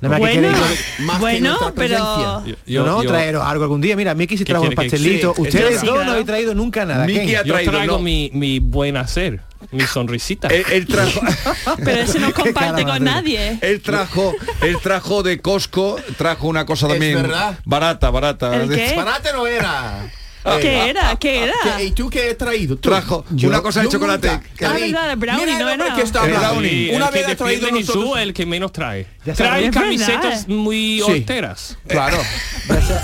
No me hagas que
Bueno,
queréis-
(laughs) Más que bueno, nuestra pero- presencia.
Yo, no,
yo-
traeros algo algún día. Mira, Miki se
¿Qué
trajo un
quiere que-
pastelito.
Sí, es
Ustedes
verdad.
dos no habéis traído nunca nada.
Miki
¿qué?
ha traído, Yo traigo mi, mi buen hacer, mi sonrisita.
(laughs)
Pero (laughs) ese no comparte
cara
con
más
nadie.
Él trajo, él trajo de Costco, trajo una cosa
Es
también
verdad.
barata, barata.
¿El qué? Ah.
Barata
no era.
¿Qué era? ¿Qué era?
Ah,
¿Y tú qué has traído? Tú.
Trajo una cosa de
Yo
chocolate.
nunca.
Que-
Ah, verdad, el brownie
Mira el
no
hombre
era.
que está
El
hablando.
brownie,
Una
el que
vez ha traído
defiende Jesús,
nosotros.
el que menos trae.
sabes.
Trae
Es verdad.
camisetas muy
Sí.
horteras. (laughs)
Claro.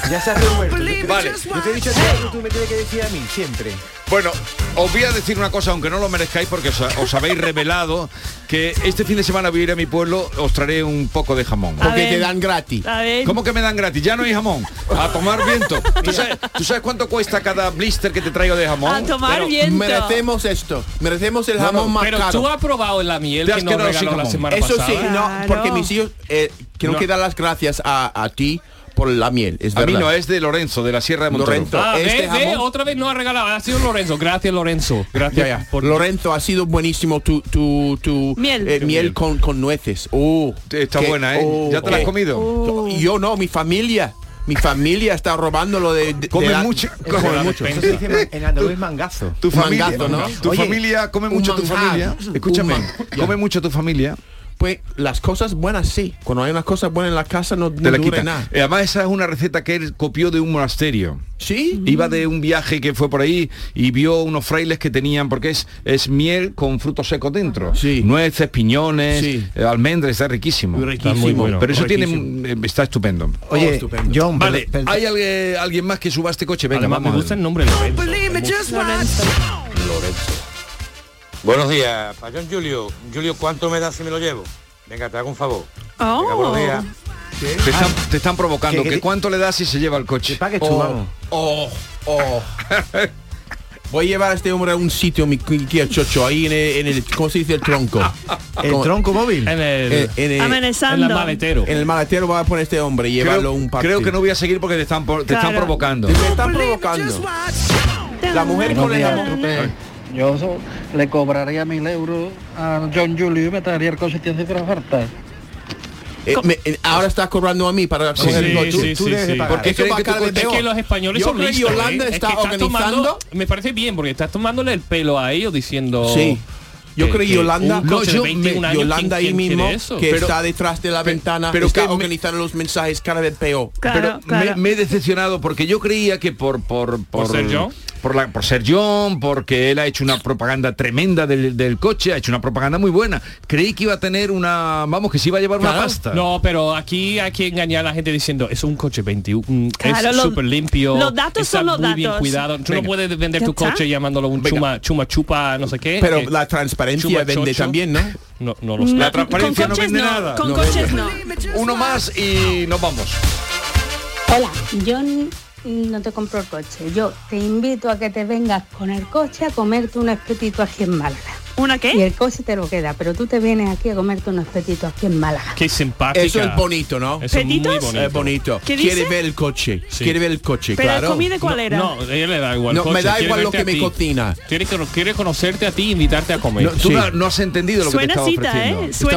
Ya se ha revuelto.
Vale.
Yo te he dicho que tú me tienes que decir a mí, siempre.
Bueno, os voy a decir una cosa, aunque no lo merezcáis porque os, os habéis revelado que este fin de semana voy a ir a mi pueblo, os traeré un poco de jamón.
Porque te dan gratis.
¿Cómo que me dan gratis? Ya no hay jamón. A
(laughs)
tomar viento. ¿Tú sabes, tú sabes cuánto cuesta cada blister que te traigo de jamón?
Pero Merecemos esto. Merecemos el
No,
jamón
no,
más
pero
caro.
tú has
probado la miel
Te que has nos quedado regaló sin la
jamón. semana
Eso sí,
pasada.
no,
Claro.
porque mis hijos eh, quiero
No.
que dar las gracias a, a ti por la miel. Es
A mí
verdad.
no, es de Lorenzo, de la Sierra de Montoro.
Lorenzo,
Ah, ve,
este
ve,
jamón.
otra vez no ha regalado. Ha sido Lorenzo. Gracias, Lorenzo. Gracias.
Ya, ya. Lorenzo, ha sido buenísimo tu, tu, tu
Miel.
eh,
Tu
miel
miel.
con, con nueces. Oh,
Está buena, ¿eh? ¿Ya te la has comido?
Yo- oh. Yo no, mi familia. Mi familia está robando lo de... de-
Come
de
(laughs)
la- (laughs)
mucho,
de
come
la
mucho.
despensa.
Eso
En andaluz es mangazo.
Tu familia,
Mangazo, ¿no?
tu
Oye,
familia come
un
mucho tu
manjar.
familia. Escúchame,
Un man-
come mucho tu familia.
después las cosas buenas sí. Cuando hay unas cosas buenas en la casa no,
Te
no
la
dura
quita.
nada.
Eh, Además, esa es una receta que él copió de un monasterio.
¿Sí?
Iba de un viaje que fue por ahí y vio unos frailes que tenían, porque es, es miel con frutos secos dentro. Nueces, piñones, eh, almendras, está riquísimo.
Riquísimo.
Está muy bueno. Pero eso
Riquísimo. Oh,
tiene, eh, está estupendo.
Oye, John,
vale,
pero- pero-
¿hay alguien, alguien más que suba este coche? Venga,
Además, me
vamos.
gusta el nombre Lorenzo.
Believe me just
Buenos días, Payón Julio. Julio, ¿cuánto me das si me lo llevo? Venga, te hago un favor. Venga,
Oh.
buenos
Oh.
días.
Te están,
Ah.
te están provocando.
¿Qué-
¿Qué,
qué-
cuánto le das si se lleva el coche?
Oh, oh, oh. Voy a llevar a este hombre a un sitio, mi cu- tía chocho, ahí en el, en el- ¿cómo se dice el tronco?
¿El tronco móvil?
Eh, En el,
Amenazando. en el maletero.
En el maletero va a poner este hombre y llevarlo a un partido.
Creo que no voy a seguir porque te están, por- te están
Claro.
provocando.
Te están provocando. La mujer
Buenos
con el
días,
amor.
trupe. Yo so- le cobraría mil euros a John Julio y me traería el coche que hace falta.
Eh, me- eh, ahora estás cobrando a mí para
Sí,
coger el
sí,
coche.
sí, sí, sí.
Porque
Eso va a cara de
es
peor.
que los españoles
Yo
son
creo que
listos,
Yolanda
¿eh? Es
está
que estás tomando-
organizando
me parece bien porque estás tomándole el pelo a ellos diciendo
Sí. Yo creo que Yolanda,
un coche de
yo-
21 años,
Yolanda
¿quién-
ahí
quién quiere
mismo,
eso?
que
Pero-
está detrás de la ventana, pero
pero
está
que me-
organizando los mensajes cada vez peor.
Pero me- me, he decepcionado porque yo creía que por por por,
ser John?
por, la- por ser John, porque él ha hecho una propaganda tremenda del, del coche, ha hecho una propaganda muy buena. Creí que iba a tener una, vamos, que se iba a llevar una
Claro.
pasta.
No, pero aquí hay que engañar a la gente diciendo, es un coche 21, mm,
Claro,
es
los-
súper limpio.
los datos
está
son los
muy bien
datos.
cuidado. Tú
Venga.
no puedes vender
Ya
tu
está.
coche llamándolo un chuma, chuma chupa, no sé qué.
Pero
eh,
la transparencia vende
chocho.
también, ¿no?
No, no lo sé.
La transparencia no vende nada.
No vende.
Uno más y nos vamos.
Hola, yo n- no te compro el coche. Yo te invito a que te vengas con el coche a comerte un espetito aquí en Málaga. ¿Una qué? Y el coche te lo queda, pero tú te vienes aquí a comerte un espetito aquí en Málaga.
Qué simpática.
Eso es bonito, ¿no?
Eso es muy ¿Petitos? bonito.
Es bonito.
¿Qué
Quiere
dice?
ver el coche. Quiere ver el coche,
Pero,
claro.
¿comida cuál
No,
era?
No, a ella le da igual.
No,
coche,
me da
quiere
igual lo
verte
que
a
me
ti.
cocina.
Quiere, cono- quiere conocerte a ti e invitarte a comer.
No, tú no- no has entendido lo que te estaba
¿eh?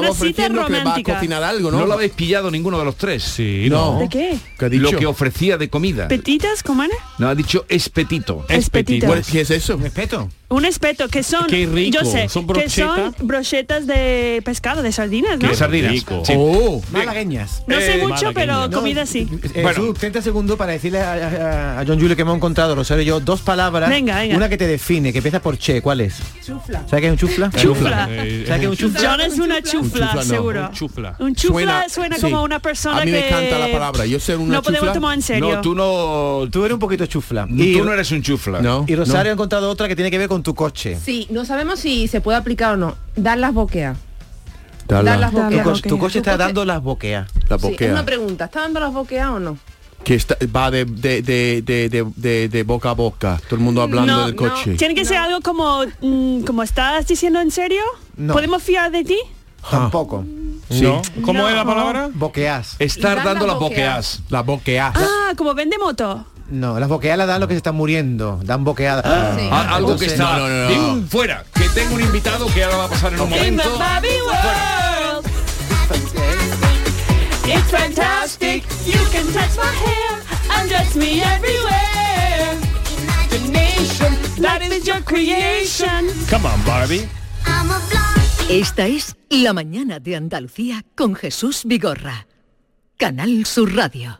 ofreciendo. No lo habéis pillado ninguno de los tres. Sí,
no. ¿De qué?
¿Qué ha dicho?
Lo que ofrecía de comida.
¿Petitas, cómo era?
No, ha dicho espetito.
Espetito. Bueno,
¿Qué es eso?
Respeto.
Un espeto, que son,
Qué rico.
yo sé,
¿Son
que son
brochetas?
brochetas de pescado, de sardinas, ¿no?
Qué sardinas. Sí.
Oh. Malagueñas.
No sé mucho, pero
No,
comida sí.
Eh, Jesús, 30 segundos para decirle a, a- a John Julio que hemos encontrado, Rosario y yo, dos palabras.
Venga, venga.
Una que te define, que empieza por che, ¿cuál es?
Chufla.
¿Sabes qué es un chufla?
Chufla.
¿Sabes qué es Eh, un chufla?
John es una chufla,
chufla no,
seguro.
un chufla.
Un chufla suena,
sí.
como una persona
A mí
que...
me encanta la palabra. Yo ser una
No podemos
chufla-
tomar en serio.
No, tú
no...
Tú eres un poquito chufla.
tú no eres un chufla. No,
Y Rosario
no.
ha encontrado otra que tiene que ver con tu coche.
Sí, no sabemos si se puede aplicar o no. Dar las boqueas. Dar las
Tu
boqueas.
co- Tu coche
Tu
está
coche-
dando las boqueas.
La
Sí, es
boquea.
una pregunta. ¿Está dando las boqueas o no?
que está- va de, de, de, de, de, de- de boca a boca. Todo el mundo hablando
No,
del
no.
coche.
Tiene que ser algo como, mm, como estás diciendo en serio.
No.
¿Podemos fiar de ti?
Ah.
Tampoco.
Sí.
No. ¿Cómo es la palabra?
Boqueas.
Estar Dar dando las las boqueas.
Las boqueas.
Ah, como vende moto.
No, las boqueas las dan los que se están muriendo. Dan boqueadas.
Ah,
A- Ah, algo que
Entonces-
está Ding, fuera que tengo un invitado que ahora va a pasar en un
In the
momento
Bobby world. It's fantastic. You can touch my hair, undress me everywhere. Imagination, that is your creation.
Come on, Barbie.
Esta es La mañana de Andalucía con Jesús Vigorra. Canal Sur Radio.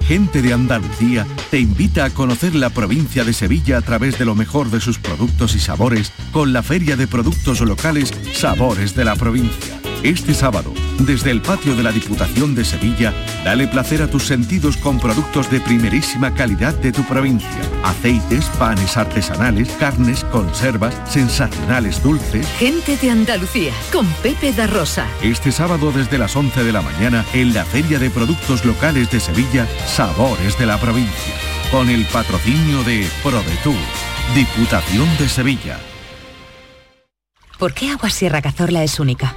Gente de Andalucía te invita a conocer la provincia de Sevilla a través de lo mejor de sus productos y sabores con la Feria de Productos Locales Sabores de la Provincia. Este sábado, desde el patio de la Diputación de Sevilla, dale placer a tus sentidos con productos de primerísima calidad de tu provincia. Aceites, panes artesanales, carnes, conservas, sensacionales dulces,
Gente de Andalucía con Pepe da Rosa.
este sábado desde las 11 de la mañana en la Feria de Productos Locales de Sevilla, Sabores de la Provincia, con el patrocinio de ProDetour, Diputación de Sevilla.
¿Por qué Agua Sierra Cazorla es única?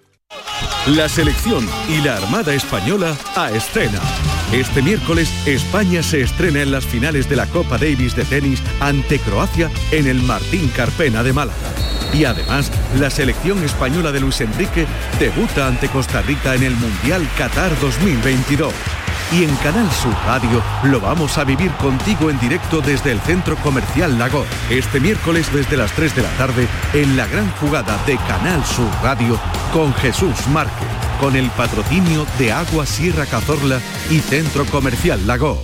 La selección y la Armada Española a escena. Este miércoles, España se estrena en las finales de la Copa Davis de tenis ante Croacia en el Martín Carpena de Málaga. Y además, la selección española de Luis Enrique debuta ante Costa Rica en el Mundial Qatar 2022. Y en Canal Sur Radio lo vamos a vivir contigo en directo desde el Centro Comercial Lago. Este miércoles desde las 3 de la tarde en la gran jugada de Canal Sur Radio con Jesús Márquez, con el patrocinio de Agua Sierra Cazorla y Centro Comercial Lago.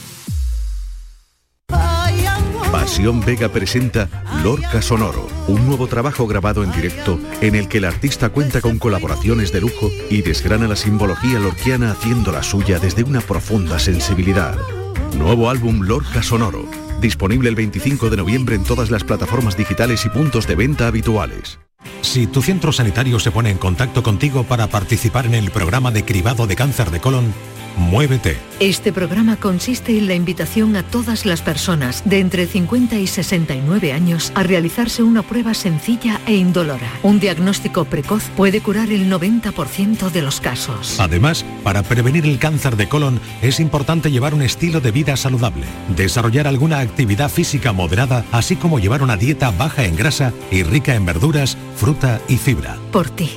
Pasión Vega presenta Lorca Sonoro, un nuevo trabajo grabado en directo en el que el artista cuenta con colaboraciones de lujo y desgrana la simbología lorquiana haciendo la suya desde una profunda sensibilidad. Nuevo álbum Lorca Sonoro, disponible el 25 de noviembre en todas las plataformas digitales y puntos de venta habituales.
Si tu centro sanitario se pone en contacto contigo para participar en el programa de cribado de cáncer de colon, muévete.
Este programa consiste en la invitación a todas las personas de entre 50 y 69 años a realizarse una prueba sencilla e indolora. Un diagnóstico precoz puede curar el 90% de los casos.
Además, para prevenir el cáncer de colon es importante llevar un estilo de vida saludable, desarrollar alguna actividad física moderada, así como llevar una dieta baja en grasa y rica en verduras, fruta y fibra.
Por ti.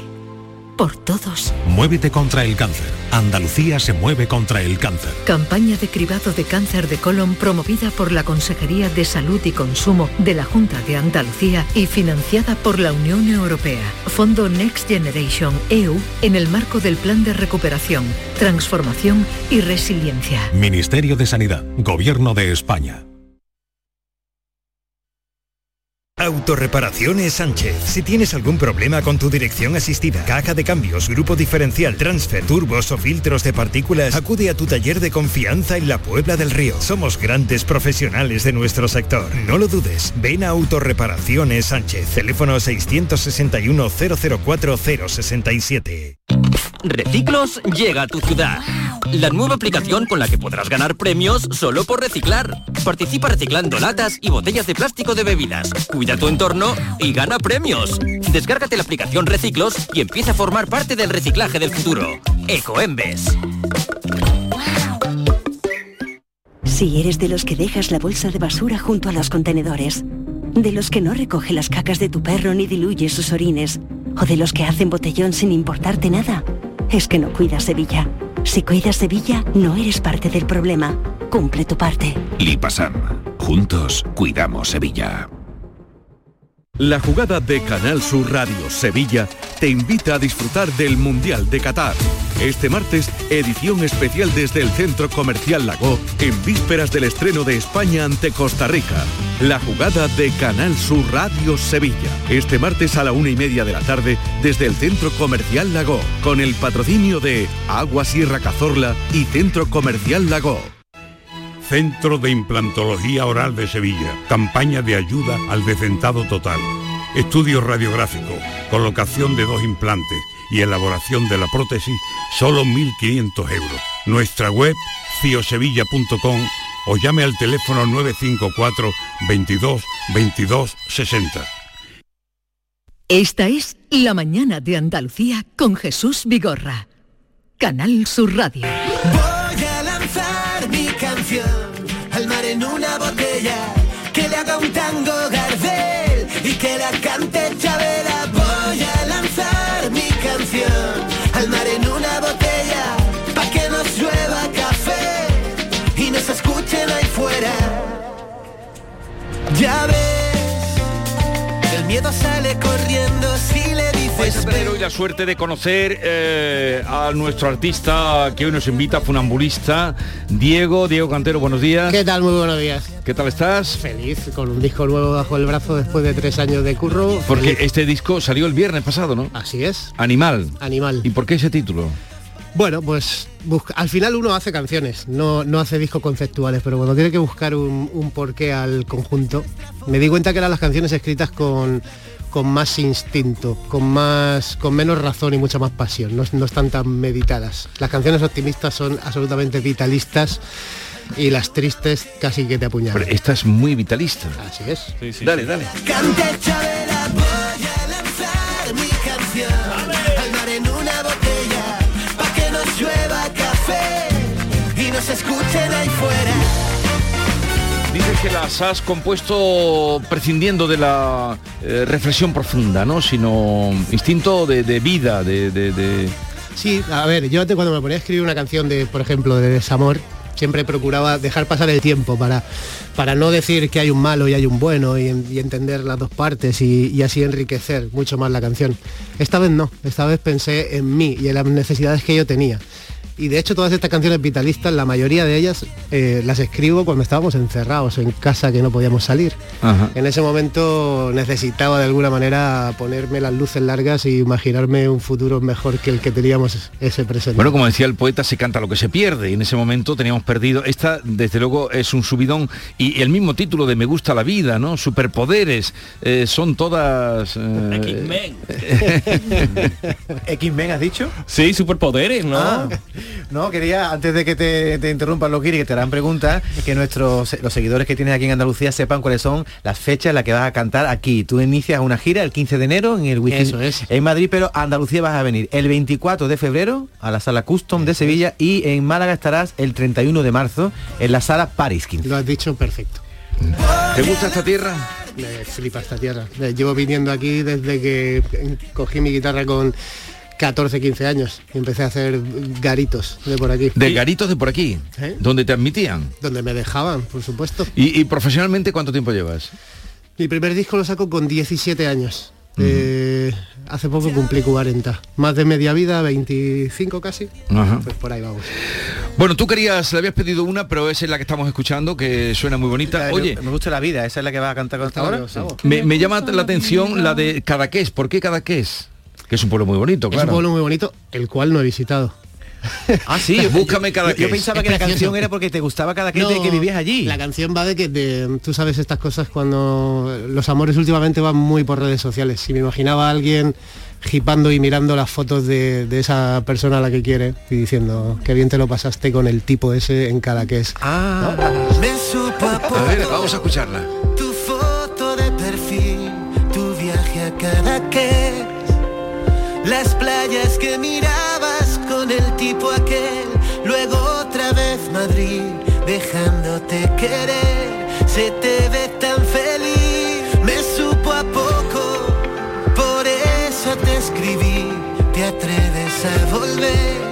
Por todos.
Muévete contra el cáncer. Andalucía se mueve contra el cáncer.
Campaña de cribado de cáncer de colon promovida por la Consejería de Salud y Consumo de la Junta de Andalucía y financiada por la Unión Europea. Fondo Next Generation EU en el marco del Plan de Recuperación, Transformación y Resiliencia.
Ministerio de Sanidad. Gobierno de España.
Autorreparaciones Sánchez. Si tienes algún problema con tu dirección asistida, caja de cambios, grupo diferencial, transfer, turbos o filtros de partículas, acude a tu taller de confianza en la Puebla del Río. Somos grandes profesionales de nuestro sector. No lo dudes. Ven a Autorreparaciones Sánchez. Teléfono 661 004 067.
Reciclos llega a tu ciudad. La nueva aplicación con la que podrás ganar premios solo por reciclar. Participa reciclando latas y botellas de plástico de bebidas. Cuida tu entorno y gana premios. Descárgate la aplicación Reciclos y empieza a formar parte del reciclaje del futuro. Ecoembes.
Si eres de los que dejas la bolsa de basura junto a los contenedores, de los que no recoge las cacas de tu perro ni diluye sus orines, o de los que hacen botellón sin importarte nada, es que no cuidas Sevilla. Si cuidas Sevilla, no eres parte del problema. Cumple tu parte.
Lipasam. Juntos cuidamos Sevilla.
La jugada de Canal Sur Radio Sevilla te invita a disfrutar del Mundial de Qatar. Este martes, edición especial desde el Centro Comercial Lago, en vísperas del estreno de España ante Costa Rica. La jugada de Canal Sur Radio Sevilla. Este martes a la una y media de la tarde, desde el Centro Comercial Lago, con el patrocinio de Agua Sierra Cazorla y Centro Comercial Lago.
Centro de Implantología Oral de Sevilla. Campaña de ayuda al decentado total. Estudio radiográfico, colocación de dos implantes y elaboración de la prótesis, solo 1.500 euros. Nuestra web, ciosevilla.com o llame al teléfono 954 22 22 60.
Esta es La Mañana de Andalucía con Jesús Vigorra. Canal Sur Radio.
Voy a lanzar mi canción al mar en una botella que le haga un tango Gardel y que la cante Chavela. Voy a lanzar mi canción al mar en una botella pa que nos llueva café y nos escuchen ahí fuera. Ya ves, el miedo sale corriendo si le dices.
Pero
la suerte de conocer eh, a nuestro artista que hoy nos invita, funambulista, Diego, Diego Cantero, buenos días.
¿Qué tal? Muy buenos días.
¿Qué tal estás?
Feliz, con un disco nuevo bajo el brazo después de tres años de curro.
Porque
Feliz.
este disco salió el viernes pasado, ¿no?
Así es.
Animal.
Animal.
¿Y por qué ese título?
Bueno, pues busca- al final uno hace canciones, no, no hace discos conceptuales, pero cuando tiene que buscar un, un porqué al conjunto, me di cuenta que eran las canciones escritas con, con más instinto, con, más, con menos razón y mucha más pasión, no, no están tan meditadas. Las canciones optimistas son absolutamente vitalistas y las tristes casi que te apuñalan.
Pero esta es muy vitalista.
Así es.
Dale, dale.
mi canción al mar en una botella pa que nos llueva café y nos escuchen ahí fuera
Dices que las has compuesto prescindiendo de la eh, reflexión profunda, ¿no? Sino instinto de, de vida, de... de- de-
Sí, a ver, yo antes cuando me ponía a escribir una canción de, por ejemplo, de desamor, siempre procuraba dejar pasar el tiempo para, para no decir que hay un malo y hay un bueno y, en- y entender las dos partes y, y así enriquecer mucho más la canción. Esta vez no, esta vez pensé en mí y en las necesidades que yo tenía. Y de hecho todas estas canciones vitalistas, la mayoría de ellas eh, las escribo cuando estábamos encerrados en casa que no podíamos salir.
Ajá.
En ese momento necesitaba de alguna manera ponerme las luces largas y imaginarme un futuro mejor que el que teníamos ese presente.
Bueno, como decía el poeta, se canta lo que se pierde y en ese momento teníamos perdido. Esta, desde luego, es un subidón y el mismo título de Me gusta la vida, ¿no? Superpoderes, eh, son todas... eh,
(laughs) X-Men has dicho.
Sí, superpoderes, ¿no?
Ah, no, quería, antes de que te, te interrumpan los guiris que te harán preguntas, que nuestros los seguidores que tienes aquí en Andalucía sepan cuáles son las fechas en las que vas a cantar aquí. Tú inicias una gira el 15 de enero en el Wizzing- en Madrid, pero a Andalucía vas a venir el 24 de febrero a la sala Custom de Sevilla y en Málaga estarás el 31 de marzo en la sala Paris 15.
Lo has dicho perfecto.
¿Te gusta esta tierra?
Me flipa esta tierra. Eh, Llevo viniendo aquí desde que eh, cogí mi guitarra con 14, 15 años y empecé a hacer garitos de por aquí.
de garitos de por aquí,
¿Eh?
donde te admitían.
Donde me dejaban, por supuesto.
Y, y profesionalmente cuánto tiempo llevas?
Mi primer disco lo saco con 17 años. Eh, hace poco cumplí 40. Más de media vida, 25 casi.
Ajá.
Pues por ahí vamos.
Bueno, tú querías, le habías pedido una, pero esa es la que estamos escuchando, que suena muy bonita. Oye,
me gusta la vida, esa es la que vas a cantar con ahora.
me, me llama la atención la de Cadaqués. ¿Por qué Cadaqués? Que es un pueblo muy bonito,
Es un
claro.
pueblo muy bonito, el cual no he visitado.
Ah, sí, (laughs) búscame Cadaqués.
Yo- yo pensaba que la canción
era porque te gustaba cada
Cadaqués de que vivías
allí.
La canción va de que de- tú sabes estas cosas cuando los amores últimamente van muy por redes sociales. Si me imaginaba a alguien hipando y mirando las fotos de, de esa persona a la que quiere y diciendo que bien te lo pasaste con el tipo ese en cada que es.
Ah.
me supo a
A ver,
poco
vamos a escucharla.
tu foto de perfil tu viaje a Cadaqués las playas que mirabas con el tipo aquel luego otra vez Madrid dejándote querer se te ve tan feliz me supo a poco por eso te escribí te atreves a volver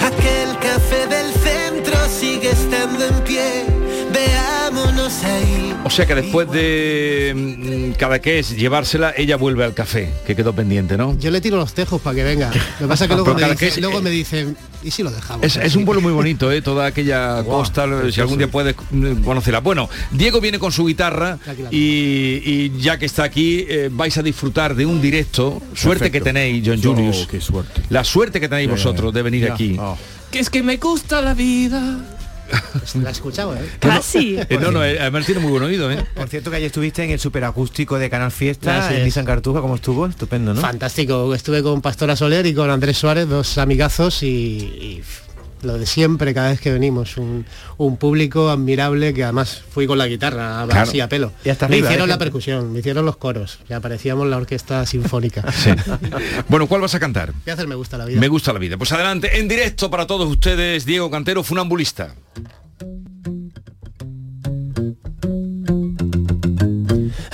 Aquel café del centro sigue estando en pie. Veámonos ahí.
O sea que después de mm, Cadaqués llevársela, ella vuelve al café, que quedó pendiente, ¿no?
Yo le tiro los tejos para que venga. Lo que pasa es que
(laughs) Pero
luego, me,
Cadaqués,
dice- luego me dicen, ¿y si lo dejamos?
Es, es un pueblo muy bonito, ¿eh? toda aquella costa, si algún día puedes mm, conocerla. Bueno, Diego viene con su guitarra y, y ya que está aquí, eh, vais a disfrutar de un directo. Suerte que
Perfecto.
tenéis, John
Yo,
Julius.
qué
suerte. La suerte que tenéis
Ya,
vosotros de venir
ya.
aquí.
Que es que me gusta la vida.
La he escuchado, ¿eh?
Casi. Eh, no, no, eh, además tiene muy buen oído, ¿eh? Ah,
Por cierto que ayer estuviste en el superacústico de Canal Fiesta,
Gracias.
en Nissan Cartuja, ¿cómo estuvo? Estupendo, ¿no?
Fantástico. Estuve con Pastora Soler y con Andrés Suárez, dos amigazos y, y f- lo de siempre cada vez que venimos. Un, un público admirable que además fui con la guitarra a-
Claro.
así a pelo.
Y hasta
me
arriba,
hicieron
¿eh?
la percusión, me hicieron los coros y aparecíamos la orquesta
(laughs)
sinfónica. (laughs)
Bueno, ¿cuál vas a cantar?
Voy a hacer Me gusta la vida.
Me gusta la vida. Pues adelante, en directo para todos ustedes, Diego Cantero, funambulista.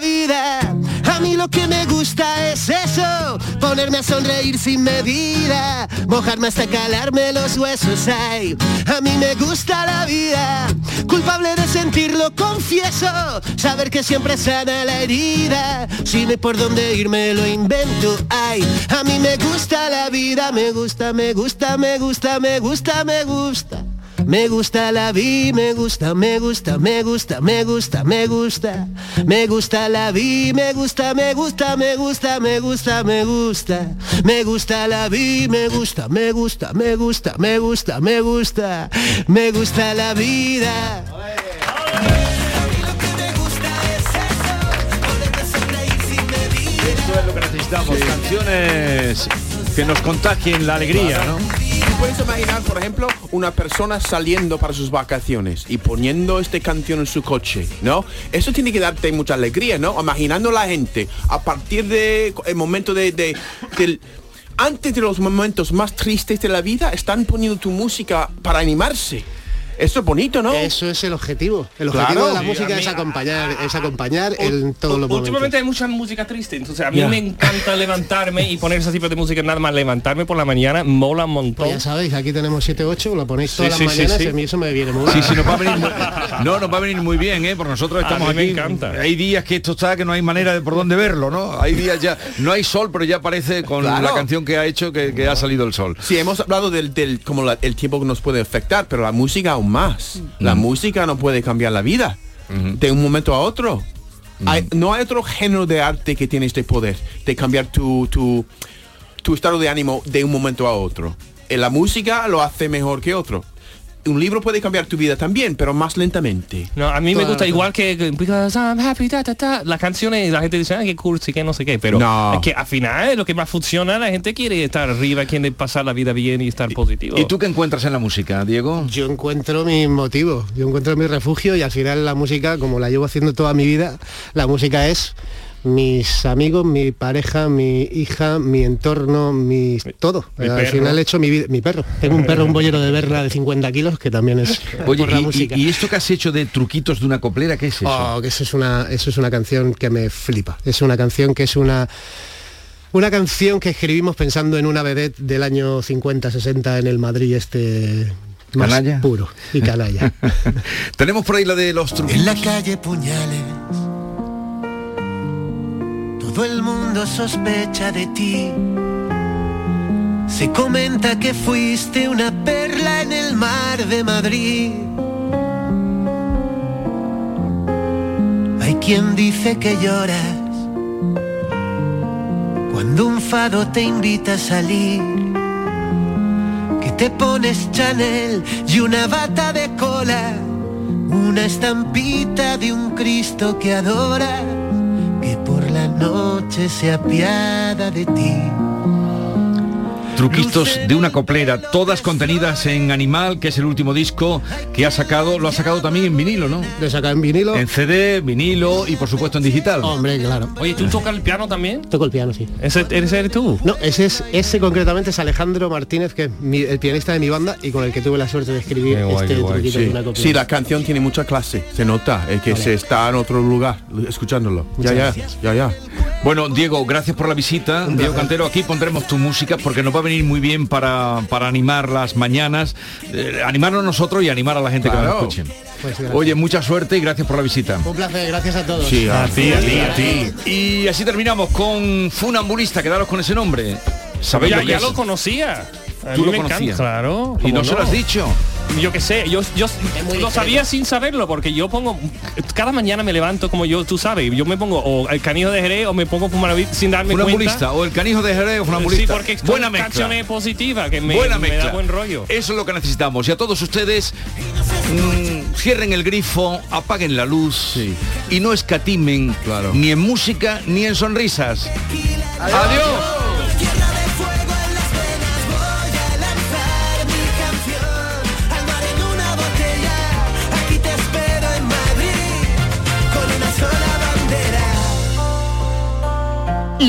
vida, a mí lo que me gusta es eso, ponerme a sonreír sin medida, mojarme hasta calarme los huesos. Ay, a mí me gusta la vida, culpable de sentirlo confieso, saber que siempre sana la herida, si no hay por dónde irme lo invento. Ay, a mí me gusta la vida, me gusta, me gusta, me gusta, me gusta, me gusta. Me gusta la vida, me gusta, me gusta, me gusta, me gusta, me gusta. Me gusta la vida, me gusta, me gusta, me gusta, me gusta, me gusta. Me gusta la vida, me gusta, me gusta, me gusta, me gusta, me gusta. Me gusta la vida.
Eso es lo que necesitamos, canciones que nos contagien la alegría, ¿no?
Puedes imaginar, por ejemplo, una persona saliendo para sus vacaciones y poniendo esta canción en su coche, ¿no? Eso tiene que darte mucha alegría, ¿no? Imaginando la gente a partir de el momento de, de- del antes de los momentos más tristes de la vida están poniendo tu música para animarse. Eso es bonito, ¿no?
Eso es el objetivo. El objetivo de la música es acompañar, es acompañar en todos los momentos.
Últimamente hay mucha música triste, entonces a mí
Ya.
me encanta levantarme y poner ese tipo de música, nada más levantarme por la mañana, mola un montón.
Pues ya sabéis, aquí tenemos 7-8, lo ponéis todas
Sí,
las
sí, sí,
mañanas
sí.
y a mí eso me viene muy bien.
Sí,
(laughs)
sí, nos va a venir muy, no, nos va a venir muy bien, ¿eh? Porque nosotros
A
estamos
mí me
aquí.
encanta.
Hay días que esto está, que no hay manera de por dónde verlo, ¿no? Hay días ya, no hay sol, pero ya aparece con
Claro.
la canción que ha hecho que, que ha salido el sol.
Sí, hemos hablado del, del como la- el tiempo que nos puede afectar, pero la música aún más.
Mm.
La música no puede cambiar la vida de un momento a otro.
Mm.
Hay- no hay otro género de arte que tiene este poder de cambiar tu, tu, tu estado de ánimo de un momento a otro. Eh, La música lo hace mejor que otro. Un libro puede cambiar tu vida también, pero más lentamente.
No, a mí me
Claro,
gusta
claro.
igual que que Because I'm happy, ta, ta, ta. las canciones, la gente dice, ah, qué cursi, que no sé qué, pero
No.
es que al final lo que más funciona, la gente quiere estar arriba, quiere pasar la vida bien y estar positivo.
¿Y tú qué encuentras en la música, Diego?
Yo encuentro mis motivos, yo encuentro mi refugio y al final la música, como la llevo haciendo toda mi vida, la música es mis amigos, mi pareja, mi hija, mi entorno, mi todo.
mi
al
perro.
final he hecho mi vida, mi perro. Tengo un perro, un bollero de berna de 50 kilos que también es
Oye,
por la
y- y,
música.
y esto que has hecho de truquitos de una coplera, qué es eso?
Ah.
Oh, que eso es una, eso es una canción que me flipa. Es una canción que es una una canción que escribimos pensando en una vedette del año 50-60 en el Madrid este más
¿Canalla?
puro y
(laughs)
canalla.
Tenemos por ahí la de los truquitos.
En la calle puñales, todo el mundo sospecha de ti. Se comenta que fuiste una perla en el mar de Madrid. Hay quien dice que lloras cuando un fado te invita a salir. Que te pones Chanel y una bata de cola una estampita de un Cristo que adora, que por la noche se apiada de ti.
truquitos de una coplera, todas contenidas en Animal, que es el último disco que ha sacado, lo ha sacado también en vinilo, ¿no?
Lo he sacado en vinilo.
En CD, vinilo y por supuesto en digital.
Hombre, claro.
Oye, ¿tú tocas el piano también?
Toco el piano, sí.
¿Ese, ese eres tú?
No, ese es ese concretamente es Alejandro Martínez, que es mi- el pianista de mi banda y con el que tuve la suerte de escribir
Qué guay,
este
qué guay,
truquito de
sí.
una coplera.
Sí, la canción tiene mucha clase, se nota, es que
Vale.
se está en otro lugar escuchándolo.
Muchas
ya, ya,
gracias.
ya, ya.
Bueno, Diego, gracias por la visita. Diego Cantero, aquí pondremos tu música porque nos va a venir muy bien para, para animar las mañanas, eh, animarnos nosotros y animar a la gente que
Claro.
nos escuchen.
Pues gracias.
Oye, mucha suerte y gracias por la visita.
Un placer, gracias a todos.
Y así terminamos con Funambulista, quedaros con ese nombre. ¿Sabéis
ya,
lo que
ya
es?
lo conocía. A
Tú
mí
lo
me encanta,
conocías.
Claro.
Y
¿cómo
no se lo has dicho.
Yo qué sé, yo, yo lo sabía sin saberlo, porque yo pongo, cada mañana me levanto como yo, tú sabes, yo me pongo o el canijo de Jerez o me pongo Fumanavit sin darme
Funambulista
cuenta.
o el canijo de Jerez o
Sí,
funambulista.
porque son
Buena mezcla.
canciones positivas que me,
buena
me
mezcla.
da buen rollo.
Eso es lo que necesitamos. Y a todos ustedes, mm, cierren el grifo, apaguen la luz y no escatimen ni en música ni en sonrisas. Adiós.
Aquí te espero en Madrid con una sola bandera.